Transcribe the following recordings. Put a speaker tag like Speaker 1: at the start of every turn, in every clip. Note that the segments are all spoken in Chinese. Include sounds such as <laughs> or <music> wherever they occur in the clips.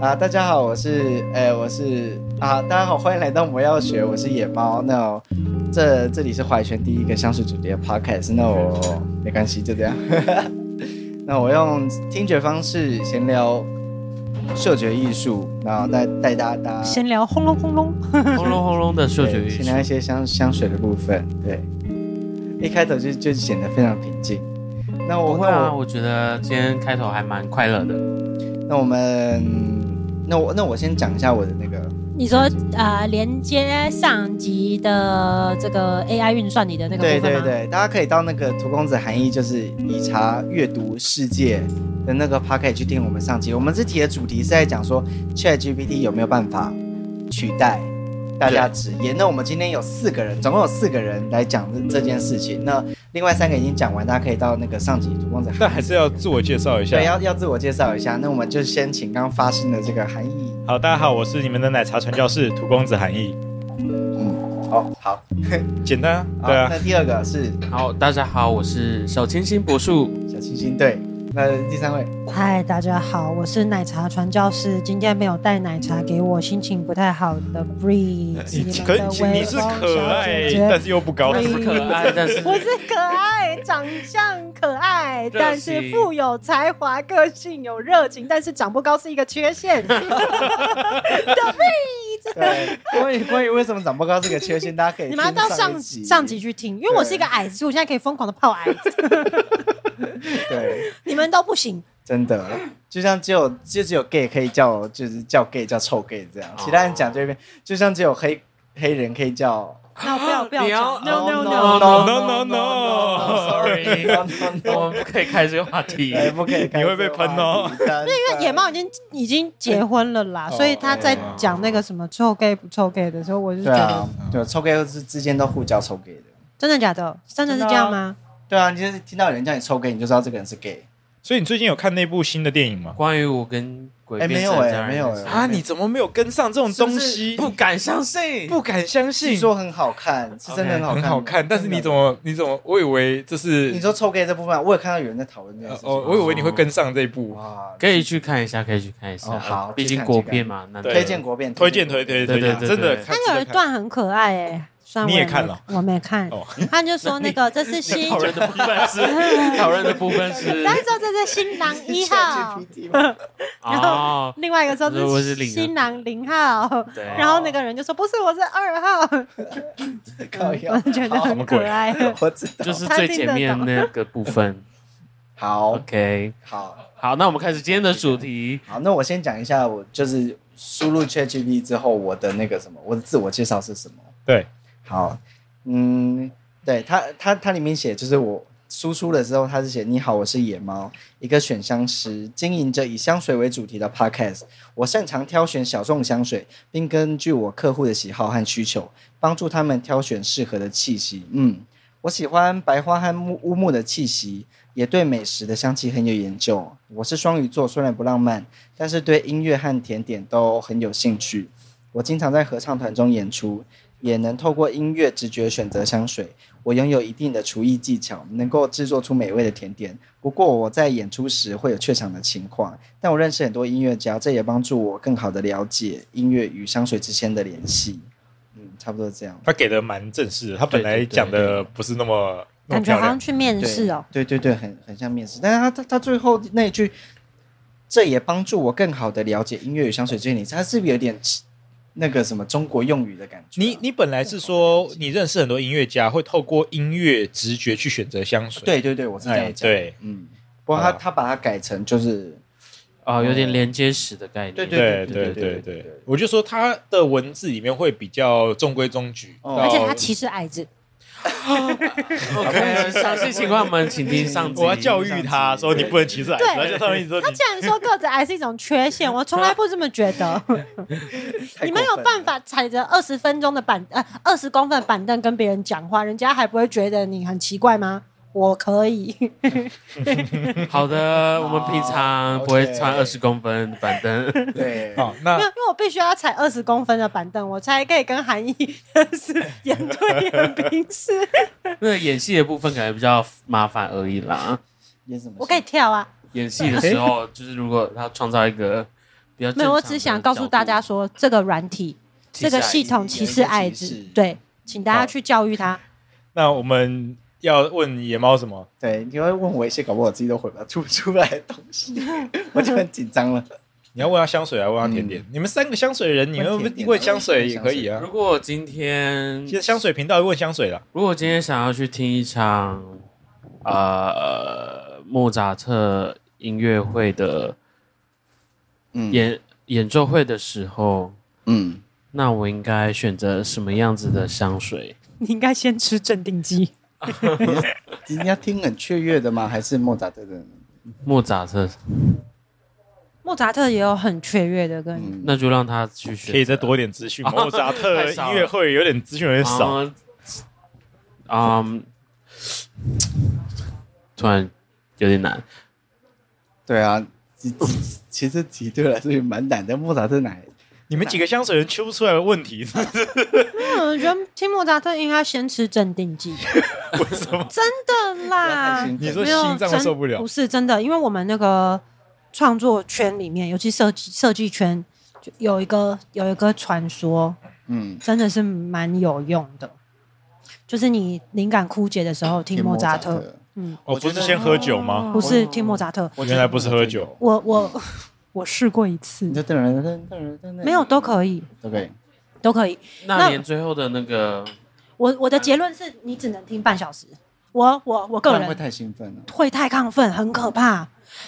Speaker 1: 啊，大家好，我是呃，我是啊，大家好，欢迎来到魔药学，我是野猫。那、哦、这这里是华语圈第一个香水主题的 podcast，那我没关系，就这样。 <laughs> 那我用听觉方式闲聊嗅觉艺术，然后带带大家
Speaker 2: 闲聊轰隆轰隆，
Speaker 3: <laughs> 轰隆轰隆的嗅觉
Speaker 1: 对
Speaker 3: 艺
Speaker 1: 闲
Speaker 3: 术
Speaker 1: 聊一些香香水的部分。对，一开头就就显得非常平静。那我
Speaker 3: 不会啊，
Speaker 1: 那我
Speaker 3: 我觉得今天开头还蛮快乐的。
Speaker 1: 那我们那我那我先讲一下我的那个
Speaker 2: 你说呃，连接上级的这个 AI 运算你的那个
Speaker 1: 对
Speaker 2: 部分
Speaker 1: 对
Speaker 2: 吗？
Speaker 1: 对，大家可以到那个涂公子含义就是以茶阅读世界的那个 p o c k e t 去听我们上期。我们这题的主题是在讲说 Chat GPT 有没有办法取代大家职业。那我们今天有四个人，总共有四个人来讲这这件事情。那另外三个已经讲完，大家可以到那个上集涂公子
Speaker 4: <laughs>
Speaker 1: 含义。
Speaker 4: 但还是要啊自我介绍一下
Speaker 1: 对。要要自我介绍一下。那我们就先请刚发生的这个含义。
Speaker 4: 好，大家好，我是你们的奶茶传教士土公子韩毅。
Speaker 1: 哦，好，
Speaker 4: 简单啊，
Speaker 1: 好
Speaker 4: 对啊
Speaker 1: 那，第二个是
Speaker 3: 好，大家好，我是小清新博树。
Speaker 1: 小清新，对。那第三位，
Speaker 2: 嗨，大家好，我是奶茶传教士，今天没有带奶茶给我，心情不太好的 Bree，
Speaker 4: <laughs> 你可你是可爱，但是又不高
Speaker 3: 我是
Speaker 4: 冷。
Speaker 3: 可爱，但是
Speaker 2: 我是可爱，长相可爱，但是富有才华，个性有热情，但是长不高是一个缺陷。
Speaker 1: 对，关于关于为什么长不高这个缺陷，大家可以
Speaker 2: 你们要到
Speaker 1: 听
Speaker 2: 上
Speaker 1: 一
Speaker 2: 集
Speaker 1: 集
Speaker 2: 上集去听，因为我是一个矮子，我现在可以疯狂的泡矮子，
Speaker 1: 对，
Speaker 2: 你们都不行。
Speaker 1: 真的，就像只有就只有 gay 可以叫就是叫 gay 叫臭 gay 这样，其他人讲这边就像只有黑黑人可以叫
Speaker 2: 那不要不要
Speaker 3: 你要
Speaker 2: 讲，no no
Speaker 1: no
Speaker 2: no，
Speaker 1: no
Speaker 4: no, no, no,
Speaker 3: sorry
Speaker 1: no no no，
Speaker 3: 我们不可以开这个话题。
Speaker 1: 哎不可以，
Speaker 4: 你会被喷哦，
Speaker 1: 因
Speaker 2: 因为野猫已经已经结婚了啦，
Speaker 1: 哦
Speaker 2: 所以他在讲那个什么臭 gay 不臭 gay 的时候，我就觉
Speaker 1: 对啊
Speaker 2: 得，
Speaker 1: 对臭 gay 之之间都互叫臭 gay 的，
Speaker 2: 真的假的，真的是这样吗？
Speaker 1: 对啊，你就是听到有人叫你臭 gay，你就知道这个人是 gay，
Speaker 4: 所以你最近有看那部新的电影吗？
Speaker 3: 关于我跟鬼
Speaker 1: 哎
Speaker 3: 变
Speaker 1: 没有
Speaker 3: 成
Speaker 1: 哎
Speaker 3: 家人
Speaker 1: 没有
Speaker 3: 的事
Speaker 1: 哎
Speaker 3: 啊
Speaker 4: 啊，你怎么没有跟上这种东西？
Speaker 3: 不敢相信，
Speaker 4: 不敢相
Speaker 1: 据
Speaker 4: 信，
Speaker 1: 说很好看，是真的很好
Speaker 4: 很
Speaker 1: 看，
Speaker 4: 好看，但是你
Speaker 1: 啊真的
Speaker 4: 怎么你怎么？我以为这是
Speaker 1: 你说臭 gay 这部分，我有看到有人在讨论这件
Speaker 4: 呃
Speaker 1: 事情，啊
Speaker 4: 哦，我以为你会跟上这部。
Speaker 1: 哇，
Speaker 3: 可以去看一下，可以去看一下。
Speaker 1: 哦好
Speaker 3: 毕
Speaker 1: 去
Speaker 3: 竟
Speaker 1: 看
Speaker 3: 国
Speaker 1: 去看
Speaker 3: 片嘛，难得
Speaker 4: 对
Speaker 1: 推荐国片，
Speaker 4: 推荐推推推
Speaker 3: 对对
Speaker 4: 荐，
Speaker 3: 对对
Speaker 4: 真的
Speaker 3: 对
Speaker 4: 看
Speaker 2: 他有一
Speaker 4: 值得看
Speaker 2: 段很可爱哎，虽然我
Speaker 4: 你也
Speaker 2: 没
Speaker 4: 看了，
Speaker 2: 我没看
Speaker 4: 哦，
Speaker 2: 他就说那个这是新，
Speaker 3: 讨论的部分是讨论的部
Speaker 1: <laughs>
Speaker 3: 分是
Speaker 2: 他说这是新郎一号， <laughs>
Speaker 1: GPT
Speaker 2: 然后
Speaker 3: 哦，
Speaker 2: 另外一个说
Speaker 3: 我
Speaker 2: 这
Speaker 3: 是零啊
Speaker 2: 新郎零号，
Speaker 3: 对，
Speaker 2: 然后那个人就说不是，我是二号，
Speaker 1: 靠腰
Speaker 2: 我觉得
Speaker 1: 好
Speaker 2: 很可爱。
Speaker 1: 我知道。
Speaker 3: 就是
Speaker 2: 他
Speaker 3: 最
Speaker 2: 听
Speaker 3: 前
Speaker 2: 得
Speaker 3: 面
Speaker 2: 懂
Speaker 3: 那个部分。
Speaker 1: 好
Speaker 3: OK，
Speaker 1: 好
Speaker 3: 好，那我们开始今天的主题。
Speaker 1: 好，那我先讲一下，我就是输入 ChatGPT 之后，我的那个什么，我的自我介绍是什么？
Speaker 4: 对，
Speaker 1: 好，嗯，对它它它里面写，就是我输出的时候，它是写“你好，我是野猫，一个选香师，经营着以香水为主题的 podcast。我擅长挑选小众香水，并根据我客户的喜好和需求，帮助他们挑选适合的气息。嗯，我喜欢白花和木乌木的气息，也对美食的香气很有研究。我是双鱼座，虽然不浪漫，但是对音乐和甜点都很有兴趣。我经常在合唱团中演出，也能透过音乐直觉选择香水。我拥有一定的厨艺技巧，能够制作出美味的甜点。不过我在演出时会有怯场的情况，但我认识很多音乐家，这也帮助我更好的了解音乐与香水之间的联系。嗯，差不多这样。
Speaker 4: 他给的蛮正式的，他本来讲的不是那么那
Speaker 2: 感
Speaker 4: 么
Speaker 2: 觉
Speaker 4: 漂
Speaker 2: 好像
Speaker 4: 亮。
Speaker 2: 去面试哦，
Speaker 1: 对对对，很很像面试，但是他他他最后那一句，这也帮助我更好的了解音乐与香水之间的联系，他是不是有点那个什么中国用语的感觉啊、
Speaker 4: 你你本来是说你认识很多音乐家，会透过音乐直觉去选择香水。，
Speaker 1: 对对对，我是这样
Speaker 4: 哎
Speaker 1: 讲。
Speaker 4: 对，哦
Speaker 1: 嗯，不过他
Speaker 4: 好
Speaker 1: 他把它改成就是
Speaker 3: 哦，有点连接史的概念。
Speaker 1: 对
Speaker 4: 对
Speaker 1: 对
Speaker 4: 对
Speaker 1: 对
Speaker 4: 对
Speaker 1: 对
Speaker 4: 对
Speaker 1: 对，
Speaker 4: 我就说他的文字里面会比较中规中矩，
Speaker 1: 哦
Speaker 4: 到
Speaker 2: 而且他歧视矮子，
Speaker 3: OK，详细情况我们请听上集。
Speaker 4: 我要教育他说你不能歧视矮子，
Speaker 2: 对
Speaker 4: 而且他们一直说
Speaker 2: 他
Speaker 4: 你
Speaker 2: 竟然说个子矮是一种缺陷，我从来不这么觉得。
Speaker 1: 太
Speaker 2: 你们有
Speaker 1: 过分了
Speaker 2: 办法踩着二十分钟的板呃二十公分的板凳跟别人讲话，人家还不会觉得你很奇怪吗？我可以，
Speaker 3: 好的，我们平常不会
Speaker 1: OK
Speaker 3: 穿二十公分板凳。
Speaker 1: 对
Speaker 4: <laughs> 哦，
Speaker 2: 没有，
Speaker 4: 那
Speaker 2: <laughs> 因为我必须要踩二十公分的板凳，我才可以跟 <laughs> 韩义是眼对眼
Speaker 1: <laughs>
Speaker 2: 平视。
Speaker 3: <laughs> 那演戏的部分可能比较麻烦而已啦。
Speaker 1: 演什么戏？
Speaker 2: 我可以跳啊，
Speaker 3: 演戏的时候，就是如果他创造一个比较正常的
Speaker 2: 没有，我只想告诉大家
Speaker 3: 角
Speaker 2: 说，这个软体、
Speaker 3: 度，
Speaker 1: 啊
Speaker 2: 这个系统
Speaker 1: 歧
Speaker 2: 歧
Speaker 1: 视
Speaker 2: 视
Speaker 1: 艾
Speaker 2: 艾
Speaker 1: 滋
Speaker 2: 滋，对，请大家去教育
Speaker 1: <laughs>
Speaker 2: 他。
Speaker 4: 那我们要问野猫什么？
Speaker 1: 对，你会问我一些搞不好我自己都回答出不出来的东西， <laughs> 我就很紧张了。
Speaker 4: 你要问他香水，还是问他甜点？你们三个香水人，你们
Speaker 1: 问甜点啊
Speaker 4: 嗯问问香水也可以啊
Speaker 3: 如。果我今天
Speaker 4: 其实香水频道问香水了，
Speaker 3: 如果今天想要去听一场呃莫扎特音乐会的
Speaker 1: 嗯
Speaker 3: 演、演奏会的时候，
Speaker 1: 嗯，
Speaker 3: 那我应该选择什么样子的香水？
Speaker 2: 你应该先吃镇定剂。
Speaker 1: <laughs> 你要听很雀跃的吗？还是莫扎特的呢？
Speaker 3: 莫扎特，
Speaker 2: 莫扎特也有很雀跃的跟，
Speaker 1: 嗯，
Speaker 3: 那就让他去选。
Speaker 4: 可以再多一点资讯吗。莫扎 <laughs> 特
Speaker 3: 太少了
Speaker 4: 音乐会有点资讯有点少，
Speaker 3: 嗯嗯，突然有点难。
Speaker 1: 对啊，其其其实题对我来说也蛮难的。莫扎特哪来？
Speaker 4: 你们几个香水人揪不出来的问题， <laughs>
Speaker 2: 嗯，我觉得听莫扎特应该先吃镇定剂。
Speaker 4: <laughs>
Speaker 2: 为
Speaker 4: 什
Speaker 2: <laughs>
Speaker 4: 么？
Speaker 2: 真的啦，
Speaker 1: 你
Speaker 4: 你
Speaker 1: 说
Speaker 4: 说
Speaker 2: 没有
Speaker 4: 心脏会
Speaker 2: 真
Speaker 4: 受不了
Speaker 2: 不是真的，因为我们那个创作圈里面，尤其设计设计圈，就有一个有一个传说，
Speaker 1: 嗯，
Speaker 2: 真的是蛮有用的，就是你灵感枯竭的时候听
Speaker 1: 听
Speaker 2: 莫扎
Speaker 1: 特
Speaker 2: 特，，哦嗯，
Speaker 4: 哦，不是先喝酒吗？
Speaker 2: 不是听莫扎特，
Speaker 4: 原来不是喝酒，
Speaker 2: 我我 <laughs> 我试过一次
Speaker 1: 你，就噔噔噔噔噔噔，
Speaker 2: 没有都可以，
Speaker 1: 都可以。
Speaker 2: 都可以。
Speaker 3: 那
Speaker 2: 那
Speaker 3: 连最后的那个
Speaker 2: 我我的结论是你只能听半小时，我我
Speaker 1: 不
Speaker 2: 我个
Speaker 1: 然会
Speaker 2: 人
Speaker 1: 太兴奋了。
Speaker 2: 会太亢奋，很可怕。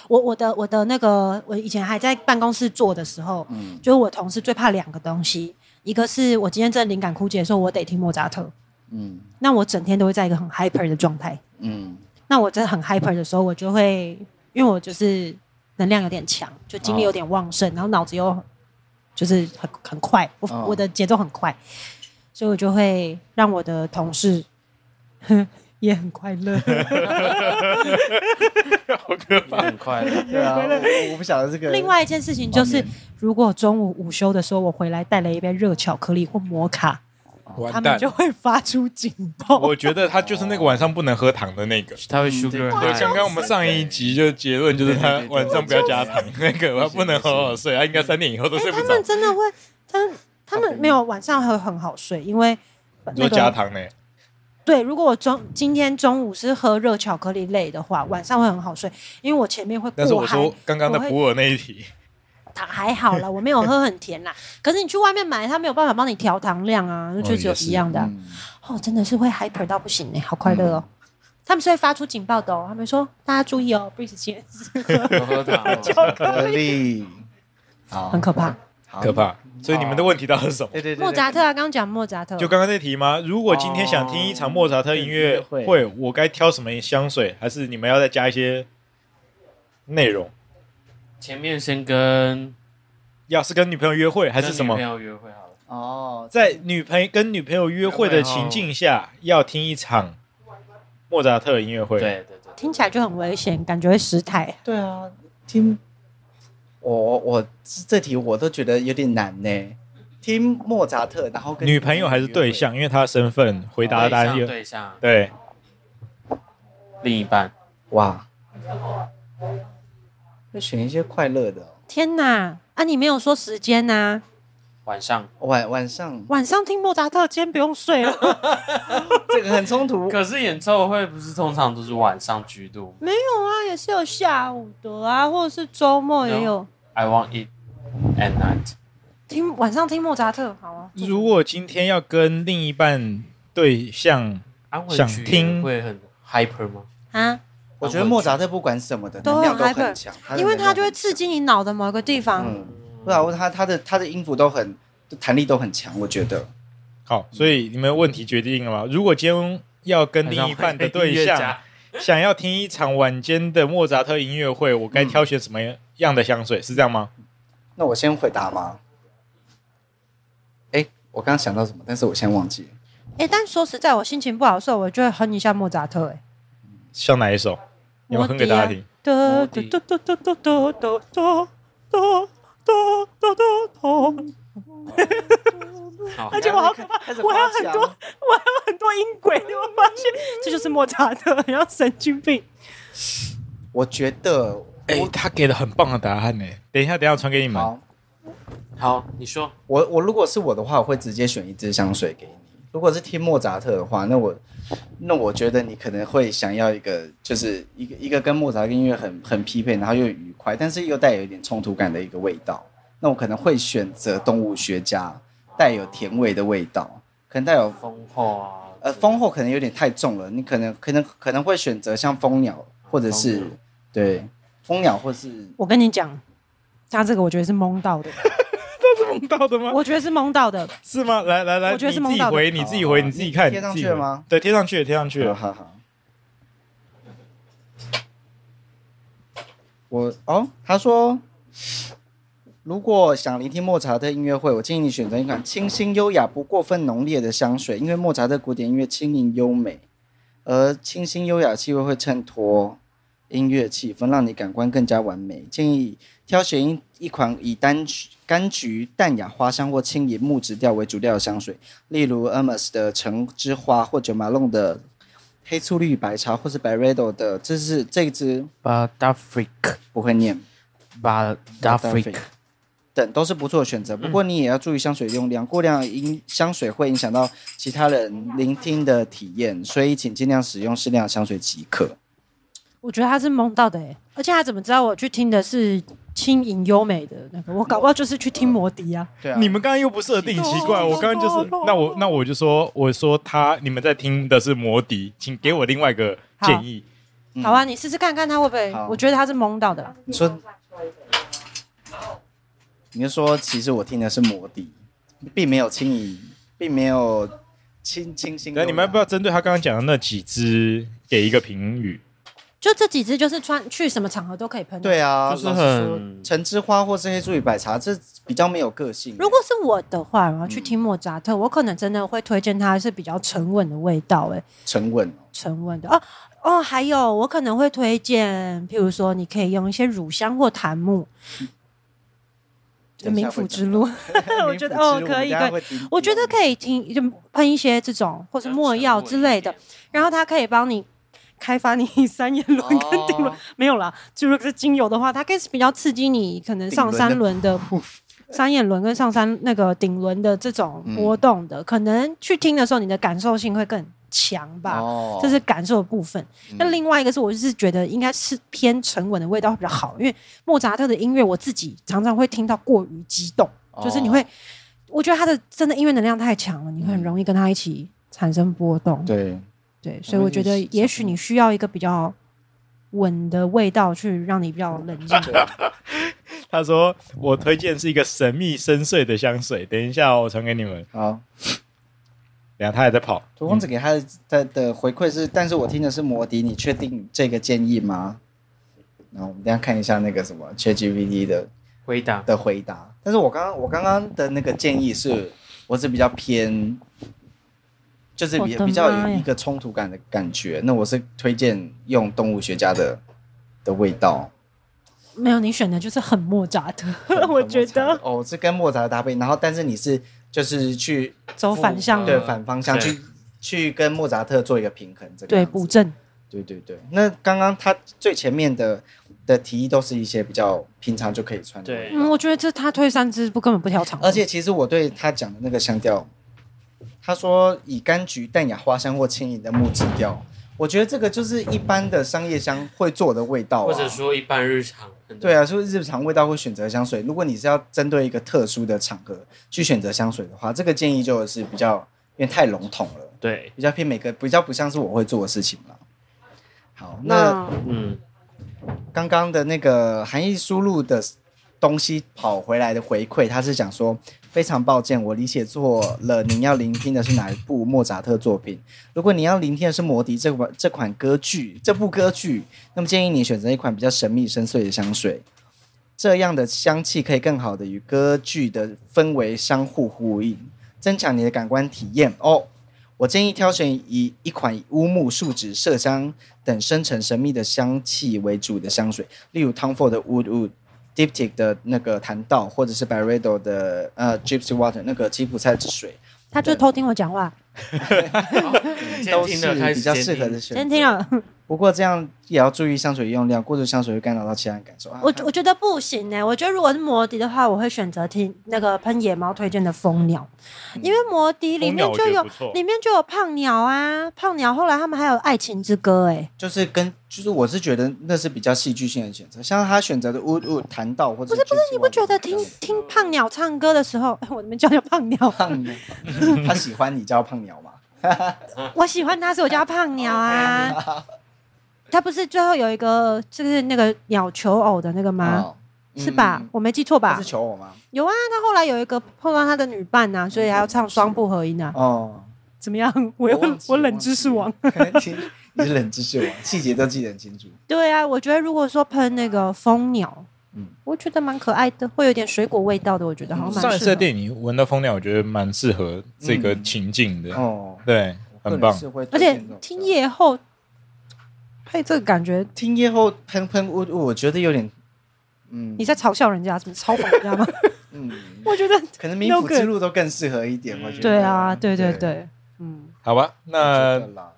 Speaker 2: 我我的我的那个，我以前还在办公室做的时候，
Speaker 1: 嗯，
Speaker 2: 就是我同事最怕两个东西，一个是我今天真的灵感枯竭的时候，我得听莫扎特，
Speaker 1: 嗯
Speaker 2: 那我整天都会在一个很 hyper 的状态。
Speaker 1: 嗯，
Speaker 2: 那我真的很 hyper 的时候，我就会因为我就是能量有点强，就精力有点旺盛，然后脑子又就是很很快，我、
Speaker 1: 哦，
Speaker 2: 我的节奏很快，所以我就会让我的同事也很快乐。
Speaker 4: 好可怕！
Speaker 3: 很快乐
Speaker 1: 对啊，我我不晓得这个。
Speaker 2: 另，外一件事情就
Speaker 1: 画
Speaker 2: 是
Speaker 1: 面，
Speaker 2: 如果中午午休的时候我回来带了一杯热巧克力或摩卡，他
Speaker 4: 完
Speaker 2: 们
Speaker 4: 蛋，
Speaker 2: 就会发出警报。
Speaker 4: 我觉得他就是那个晚上不能喝糖的那个。
Speaker 3: 他会
Speaker 1: 嗯
Speaker 3: sugar
Speaker 1: 对
Speaker 3: high
Speaker 4: 对，刚刚我们上一集就结论就是他
Speaker 1: 对对对对
Speaker 4: 晚上不要加糖，那个他不能好好睡，他啊应该三点以后都睡不
Speaker 2: 他
Speaker 4: 着啊
Speaker 2: 们。真的会，他他们没有晚上会很好睡，因为呃
Speaker 4: 你
Speaker 2: 那
Speaker 4: 说加
Speaker 2: 个
Speaker 4: 糖呢？
Speaker 2: 对，如果我中今天中午是喝热巧克力类的话，晚上会很好睡，因为我前面会
Speaker 4: 但是
Speaker 2: 过
Speaker 4: 我
Speaker 2: 海，
Speaker 4: 说刚刚的
Speaker 2: 我会
Speaker 4: 普洱那一题，
Speaker 2: 糖还好啦，我没有喝很甜
Speaker 4: <laughs>
Speaker 2: 啦。可是你去外面买，它没有办法帮你调糖量啊，
Speaker 4: 哦
Speaker 2: 就只有一样的啊、
Speaker 1: 嗯
Speaker 2: 哦真的是会 hyper 到不行哎、好快乐哦。他们是会发出警报的哦，他们说大家注意哦，Breeze 今天是
Speaker 3: 有喝糖哦，
Speaker 1: 可以，好，
Speaker 2: <laughs> 很可怕。
Speaker 1: 好
Speaker 4: 可。怕。所以你们的问题到底是什么？
Speaker 1: 对对对，对
Speaker 2: <laughs> 莫扎特啊，刚刚讲莫扎特，
Speaker 4: 就刚刚那题吗？如果今天想听一场莫扎特音乐
Speaker 1: 哦对
Speaker 4: 会，我该挑什么香水？还是你们要再加一些内容？
Speaker 3: 前面先跟
Speaker 4: 要是跟女朋友约会还是
Speaker 3: 跟
Speaker 4: 什
Speaker 3: 女
Speaker 4: 么
Speaker 3: 朋？友约会好了。
Speaker 1: 哦，
Speaker 4: 在女朋跟女朋友约会的情境下，要听一场莫扎特音乐会。
Speaker 3: 对，对对对，
Speaker 2: 听起来就很危险，感觉会失态。
Speaker 1: 对啊，听我我这题我都觉得有点难呢。听莫扎特，然后跟
Speaker 4: 女朋友还是对象，因为她身份回答的答案
Speaker 3: 对象
Speaker 4: 有
Speaker 3: 对象
Speaker 4: 对，
Speaker 3: 另一半，
Speaker 1: 哇，要选一些快乐的哦、
Speaker 2: 天哪，啊你没有说时间呐、
Speaker 3: 晚上。
Speaker 1: 晚晚上
Speaker 2: 晚上听莫扎特，今天不用睡了。 <laughs>
Speaker 1: 这个很冲突。
Speaker 3: 可是演奏会不是通常都是晚上居多
Speaker 2: 没有啊，也是有下午的啊，或者是周末也有
Speaker 3: ？I want it at night。
Speaker 2: 听晚上听莫扎特，好啊。
Speaker 4: 如果今天要跟另一半对象，
Speaker 3: 安
Speaker 4: 想
Speaker 3: 魂曲
Speaker 4: 听
Speaker 3: 也会很 hyper 吗？
Speaker 2: 啊，
Speaker 1: 我觉得莫扎特不管什么的
Speaker 2: 都
Speaker 1: 能量都
Speaker 2: 很
Speaker 1: 很
Speaker 2: hyper，
Speaker 1: 强，
Speaker 2: 因为它
Speaker 1: 他
Speaker 2: 就会刺激你脑的某一个地方。
Speaker 1: 嗯，对啊，他他的他的音符都很弹力都很强，我觉得。
Speaker 4: 好，所以你们问题决定了吗？如果今天要跟另一半的对 <laughs> 象，想要听一场晚间的莫扎特音乐会，我该挑选什么样的香水？是这样吗？
Speaker 1: 那我先回答吗？哎，我刚刚想到什么，但是我现在忘记了。
Speaker 2: 哎、但说实在，我心情不好的时候，我就会哼一下莫扎特、哎，
Speaker 4: 像哪一首？你们哼给大家听。
Speaker 2: 嘟
Speaker 3: 摩
Speaker 2: 嘟
Speaker 3: 笛
Speaker 2: 嘟嘟嘟嘟嘟嘟嘟嘟嘟嘟嘟嘟，
Speaker 3: 好，
Speaker 2: 而且我好可怕，
Speaker 1: 开始
Speaker 2: 我还有
Speaker 1: 发
Speaker 2: 很
Speaker 1: 奖
Speaker 2: <laughs> 多，我还有很多音轨，你有没有发现？这就是莫扎特，然后神经病。
Speaker 1: 我觉得，
Speaker 4: 哎、他给了很棒的答案呢、等一下，等一下传给你们。
Speaker 1: 好，
Speaker 3: 好，你说
Speaker 1: 我我如果是我的话，我会直接选一支香水给你。如果是听莫扎特的话，那我那我觉得你可能会想要一个，就是一个一个跟莫扎特音乐很很匹配，然后又愉快，但是又带有一点冲突感的一个味道。那我可能会选择动物学家，带有甜味的味道，可能带有
Speaker 3: 丰厚啊，
Speaker 1: 呃丰厚，可能有点太重了。你可能可能可能会选择像蜂鸟，或者是、
Speaker 3: 蜂鸟
Speaker 1: 对蜂鸟，或是
Speaker 2: 我跟你讲，他这个我觉得是蒙到的，
Speaker 4: 碰到的吗？
Speaker 2: 我觉得是蒙到的。
Speaker 4: 是吗？来来来，
Speaker 2: 我觉得是
Speaker 4: 你自
Speaker 2: 梦
Speaker 4: 己
Speaker 2: 到的
Speaker 4: 回，你自己回，
Speaker 1: 哦
Speaker 4: 你自己看，
Speaker 1: 贴上
Speaker 4: 你自己
Speaker 1: 去了
Speaker 4: 回
Speaker 1: 吗？
Speaker 4: 对，贴上去了，贴上去
Speaker 1: 好
Speaker 4: 了。
Speaker 1: 好好。我哦，他说，如果想聆听莫扎特音乐会，我建议你选择一款清新优雅、不过分浓烈的香水，因为莫扎特古典音乐轻盈优美，而清新优雅的气味会衬托音乐气氛，让你感官更加完美。建议挑选一一款以柑橘、柑橘、淡雅花香或轻盈木质调为主调的香水，例如 Hermes 的橙之花，或者马龙的黑醋绿白茶，或是 Byredo 的，这是这一支
Speaker 3: Badafrik
Speaker 1: 不会念
Speaker 3: Badafrik
Speaker 1: 等都是不错的选择。不过你也要注意香水用量，过量影香水会影响到其他人聆听的体验，所以请尽量使用适量的香水即可。
Speaker 2: 我觉得他是蒙到的、欸，而且他怎么知道我去听的是轻盈优美的那个？我搞不好就是去听摩笛啊。
Speaker 1: 对
Speaker 4: 你们刚刚又不设定，奇怪，我刚刚就是，那我那我就说，我说他，你们在听的是魔笛，请给我另外一个建议。
Speaker 1: 嗯
Speaker 2: 好啊，你试试看看他会不会
Speaker 1: 好？
Speaker 2: 我觉得他是蒙到的啦。
Speaker 1: 你说，你就说，其实我听的是摩笛，并没有轻盈，并没有清清新优
Speaker 4: 那
Speaker 1: 雅。
Speaker 4: 你们要不要针对他刚刚讲的那几支给一个评语？
Speaker 2: 就这几支，就是穿去什么场合都可以喷。，
Speaker 1: 对啊，
Speaker 3: 就是
Speaker 1: 老实说
Speaker 3: 很
Speaker 1: 橙之花或是黑醋与白茶，这比较没有个性。
Speaker 2: 如果是我的话，然后去
Speaker 1: 嗯
Speaker 2: 听莫扎特，我可能真的会推荐它是比较沉稳的味道、欸，
Speaker 1: 沉稳哦，
Speaker 2: 沉稳的哦哦，还有我可能会推荐，譬如说，你可以用一些乳香或檀木，就
Speaker 1: 等一
Speaker 2: 冥
Speaker 1: 下
Speaker 2: 府
Speaker 1: 会
Speaker 2: 之
Speaker 1: 讲
Speaker 2: 路，
Speaker 1: 到
Speaker 2: 我觉得哦
Speaker 1: <laughs> 冥府之路
Speaker 2: 可
Speaker 1: 我
Speaker 2: 以
Speaker 1: 们等一下
Speaker 2: 可以
Speaker 1: 会提
Speaker 2: 我觉得可以听就喷一些这种或是墨药之类的，然后它可以帮你开发你三叶轮跟顶轮，
Speaker 1: 哦
Speaker 2: 没有啦，就如果是精油的话，它可以比较刺激你可能上三
Speaker 1: <laughs>
Speaker 2: 轮的。三眼轮跟上三那个顶轮的这种波动
Speaker 1: 嗯
Speaker 2: 的，可能去听的时候，你的感受性会更强吧。
Speaker 1: 哦
Speaker 2: 这是感受的部分。那、
Speaker 1: 嗯
Speaker 2: 另外一个是我就是觉得应该是偏沉稳的味道会比较好，因为莫扎特的音乐我自己常常会听到过于激动，
Speaker 1: 哦
Speaker 2: 就是你会，我觉得他的真的音乐能量太强了，你
Speaker 1: 嗯
Speaker 2: 会很容易跟他一起产生波动。
Speaker 1: 对
Speaker 2: 对，所以我觉得也许你需要一个比较稳的味道去让你比较冷静。
Speaker 4: 啊他说我推荐是一个神秘深邃的香水，等一下哦我传给你们。
Speaker 1: 好。
Speaker 4: 等一下他还在跑，
Speaker 1: 涂公子给他的的的回馈是，但是我听的是摩笛，你确定这个建议吗？然后我们等一下看一下那个什么 ChatGPT 的
Speaker 3: 回答
Speaker 1: 的回答。但是我刚刚我刚刚的那个建议是，我是比较偏，就是比
Speaker 2: 我的妈呀
Speaker 1: 比较有一个冲突感的感觉。那我是推荐用动物学家的的味道，
Speaker 2: <laughs> 没有，你选的就是很莫扎特， <laughs> 我觉得
Speaker 1: 哦是跟莫扎特搭配，然后但是你是就是去
Speaker 2: 走反
Speaker 4: 哦
Speaker 2: 向
Speaker 1: 对
Speaker 3: 嗯
Speaker 1: 反方向
Speaker 3: 对
Speaker 1: 去去跟莫扎特做一个平衡，这个
Speaker 2: 对
Speaker 1: 样子
Speaker 2: 补正。
Speaker 1: 对对对，那刚刚他最前面的的提议都是一些比较平常就可以穿的，
Speaker 3: 对
Speaker 2: 嗯，我觉得这他推三支不根本不挑场合，
Speaker 1: 而且其实我对他讲的那个香调，他说以柑橘、淡雅花香或轻盈的木质调，我觉得这个就是一般的商业香会做的味道、啊，
Speaker 3: 或者说一般日常
Speaker 1: 对啊，就是日常味道会选择香水。如果你是要针对一个特殊的场合去选择香水的话，这个建议就是比较因为太笼统了，
Speaker 3: 对，
Speaker 1: 比较偏每个比较不像是我会做的事情了。好，那
Speaker 2: 那
Speaker 3: 嗯，
Speaker 1: 刚刚的那个含义输入的东西跑回来的回馈，他是讲说非常抱歉，我理解错了，您要聆听的是哪一部莫扎特作品？如果你要聆听的是《魔笛》这款这款歌剧这部歌剧，那么建议你选择一款比较神秘深邃的香水。这样的香气可以更好的与歌剧的氛围相互呼应，增强你的感官体验哦。我建议挑选以一款以乌木、树脂、麝香等深沉神秘的香气为主的香水，例如 Tom Ford 的 Wood Wood、Diptyque 的那个檀道，或者是 Byredo 的呃 Gypsy Water 那个吉普赛之水。
Speaker 2: 他就偷听我讲话，
Speaker 3: 你先
Speaker 1: 都
Speaker 3: 听
Speaker 1: 是
Speaker 3: 了，开始
Speaker 1: 比较
Speaker 3: 先
Speaker 1: 适合
Speaker 3: 听
Speaker 1: 的选择。
Speaker 2: 先听啊了，
Speaker 1: 不过这样也要注意香水用量，过度香水会干扰到其他人感受。啊
Speaker 2: <laughs> 我我觉得不行呢、我觉得如果是摩迪的话，我会选择听那个喷野猫推荐的蜂鸟，
Speaker 1: 嗯
Speaker 2: 因为摩迪里
Speaker 4: 蜂
Speaker 2: 面
Speaker 4: 鸟我
Speaker 2: 就
Speaker 4: 觉得
Speaker 2: 有
Speaker 4: 不错
Speaker 2: 里面就有胖鸟啊，胖鸟后来他们还有爱情之歌、哎，
Speaker 1: 就是跟就是我是觉得那是比较戏剧性的选择，像他选择的 Wood Wood 弹道或者不是不是，你
Speaker 2: 不觉得听听胖鸟唱歌的时候，哎，我怎么叫他胖鸟？
Speaker 1: 胖鸟？ <laughs> 他喜欢你叫胖鸟嘛？
Speaker 2: 我喜欢他，所以我叫他胖
Speaker 1: <laughs>
Speaker 2: 鸟啊。他不是最后有一个就是那个鸟求偶的那个 <laughs> 吗？
Speaker 1: 哦
Speaker 2: 是吧？
Speaker 1: 嗯嗯嗯
Speaker 2: 我没记错
Speaker 1: 他
Speaker 2: 吧
Speaker 1: 是？求我吗？
Speaker 2: 有啊，他后来有一个碰到他的女伴呐、啊，所以还要唱双不合音啊。
Speaker 1: 哦，
Speaker 2: 怎么样？ <laughs> 我又
Speaker 1: 忘记
Speaker 2: 我
Speaker 1: 了
Speaker 2: 冷知识
Speaker 1: <laughs>
Speaker 2: 王。，
Speaker 1: 忘记了你是冷知识王，细节都记得很清楚。
Speaker 2: 对啊，我觉得如果说喷那个蜂鸟，
Speaker 1: 嗯
Speaker 2: 我觉得蛮可爱的，会有点水果味道的，我觉得好像蛮
Speaker 4: 上一次
Speaker 2: 适
Speaker 4: 的
Speaker 2: 合。
Speaker 4: 电影闻到蜂鸟，我觉得蛮适合这个
Speaker 1: 嗯
Speaker 4: 情境的，
Speaker 1: 哦，
Speaker 4: 对，
Speaker 1: 我
Speaker 4: 很
Speaker 1: 个人
Speaker 4: 棒。
Speaker 1: 是会推
Speaker 2: 而且
Speaker 1: 荐这种
Speaker 2: 听夜后配这个感觉，
Speaker 1: 听夜后喷喷雾雾，我觉得有点，嗯，
Speaker 2: 你在嘲笑人家，怎么嘲讽人家
Speaker 1: <laughs>
Speaker 2: 吗？
Speaker 1: 嗯，
Speaker 2: 我觉得
Speaker 1: 可能冥府
Speaker 2: No
Speaker 1: 之路都更适合一点，我觉得。
Speaker 2: 对啊，对对
Speaker 1: 对
Speaker 2: 对，嗯，
Speaker 4: 好吧，
Speaker 1: 我觉
Speaker 4: 那
Speaker 1: 得啦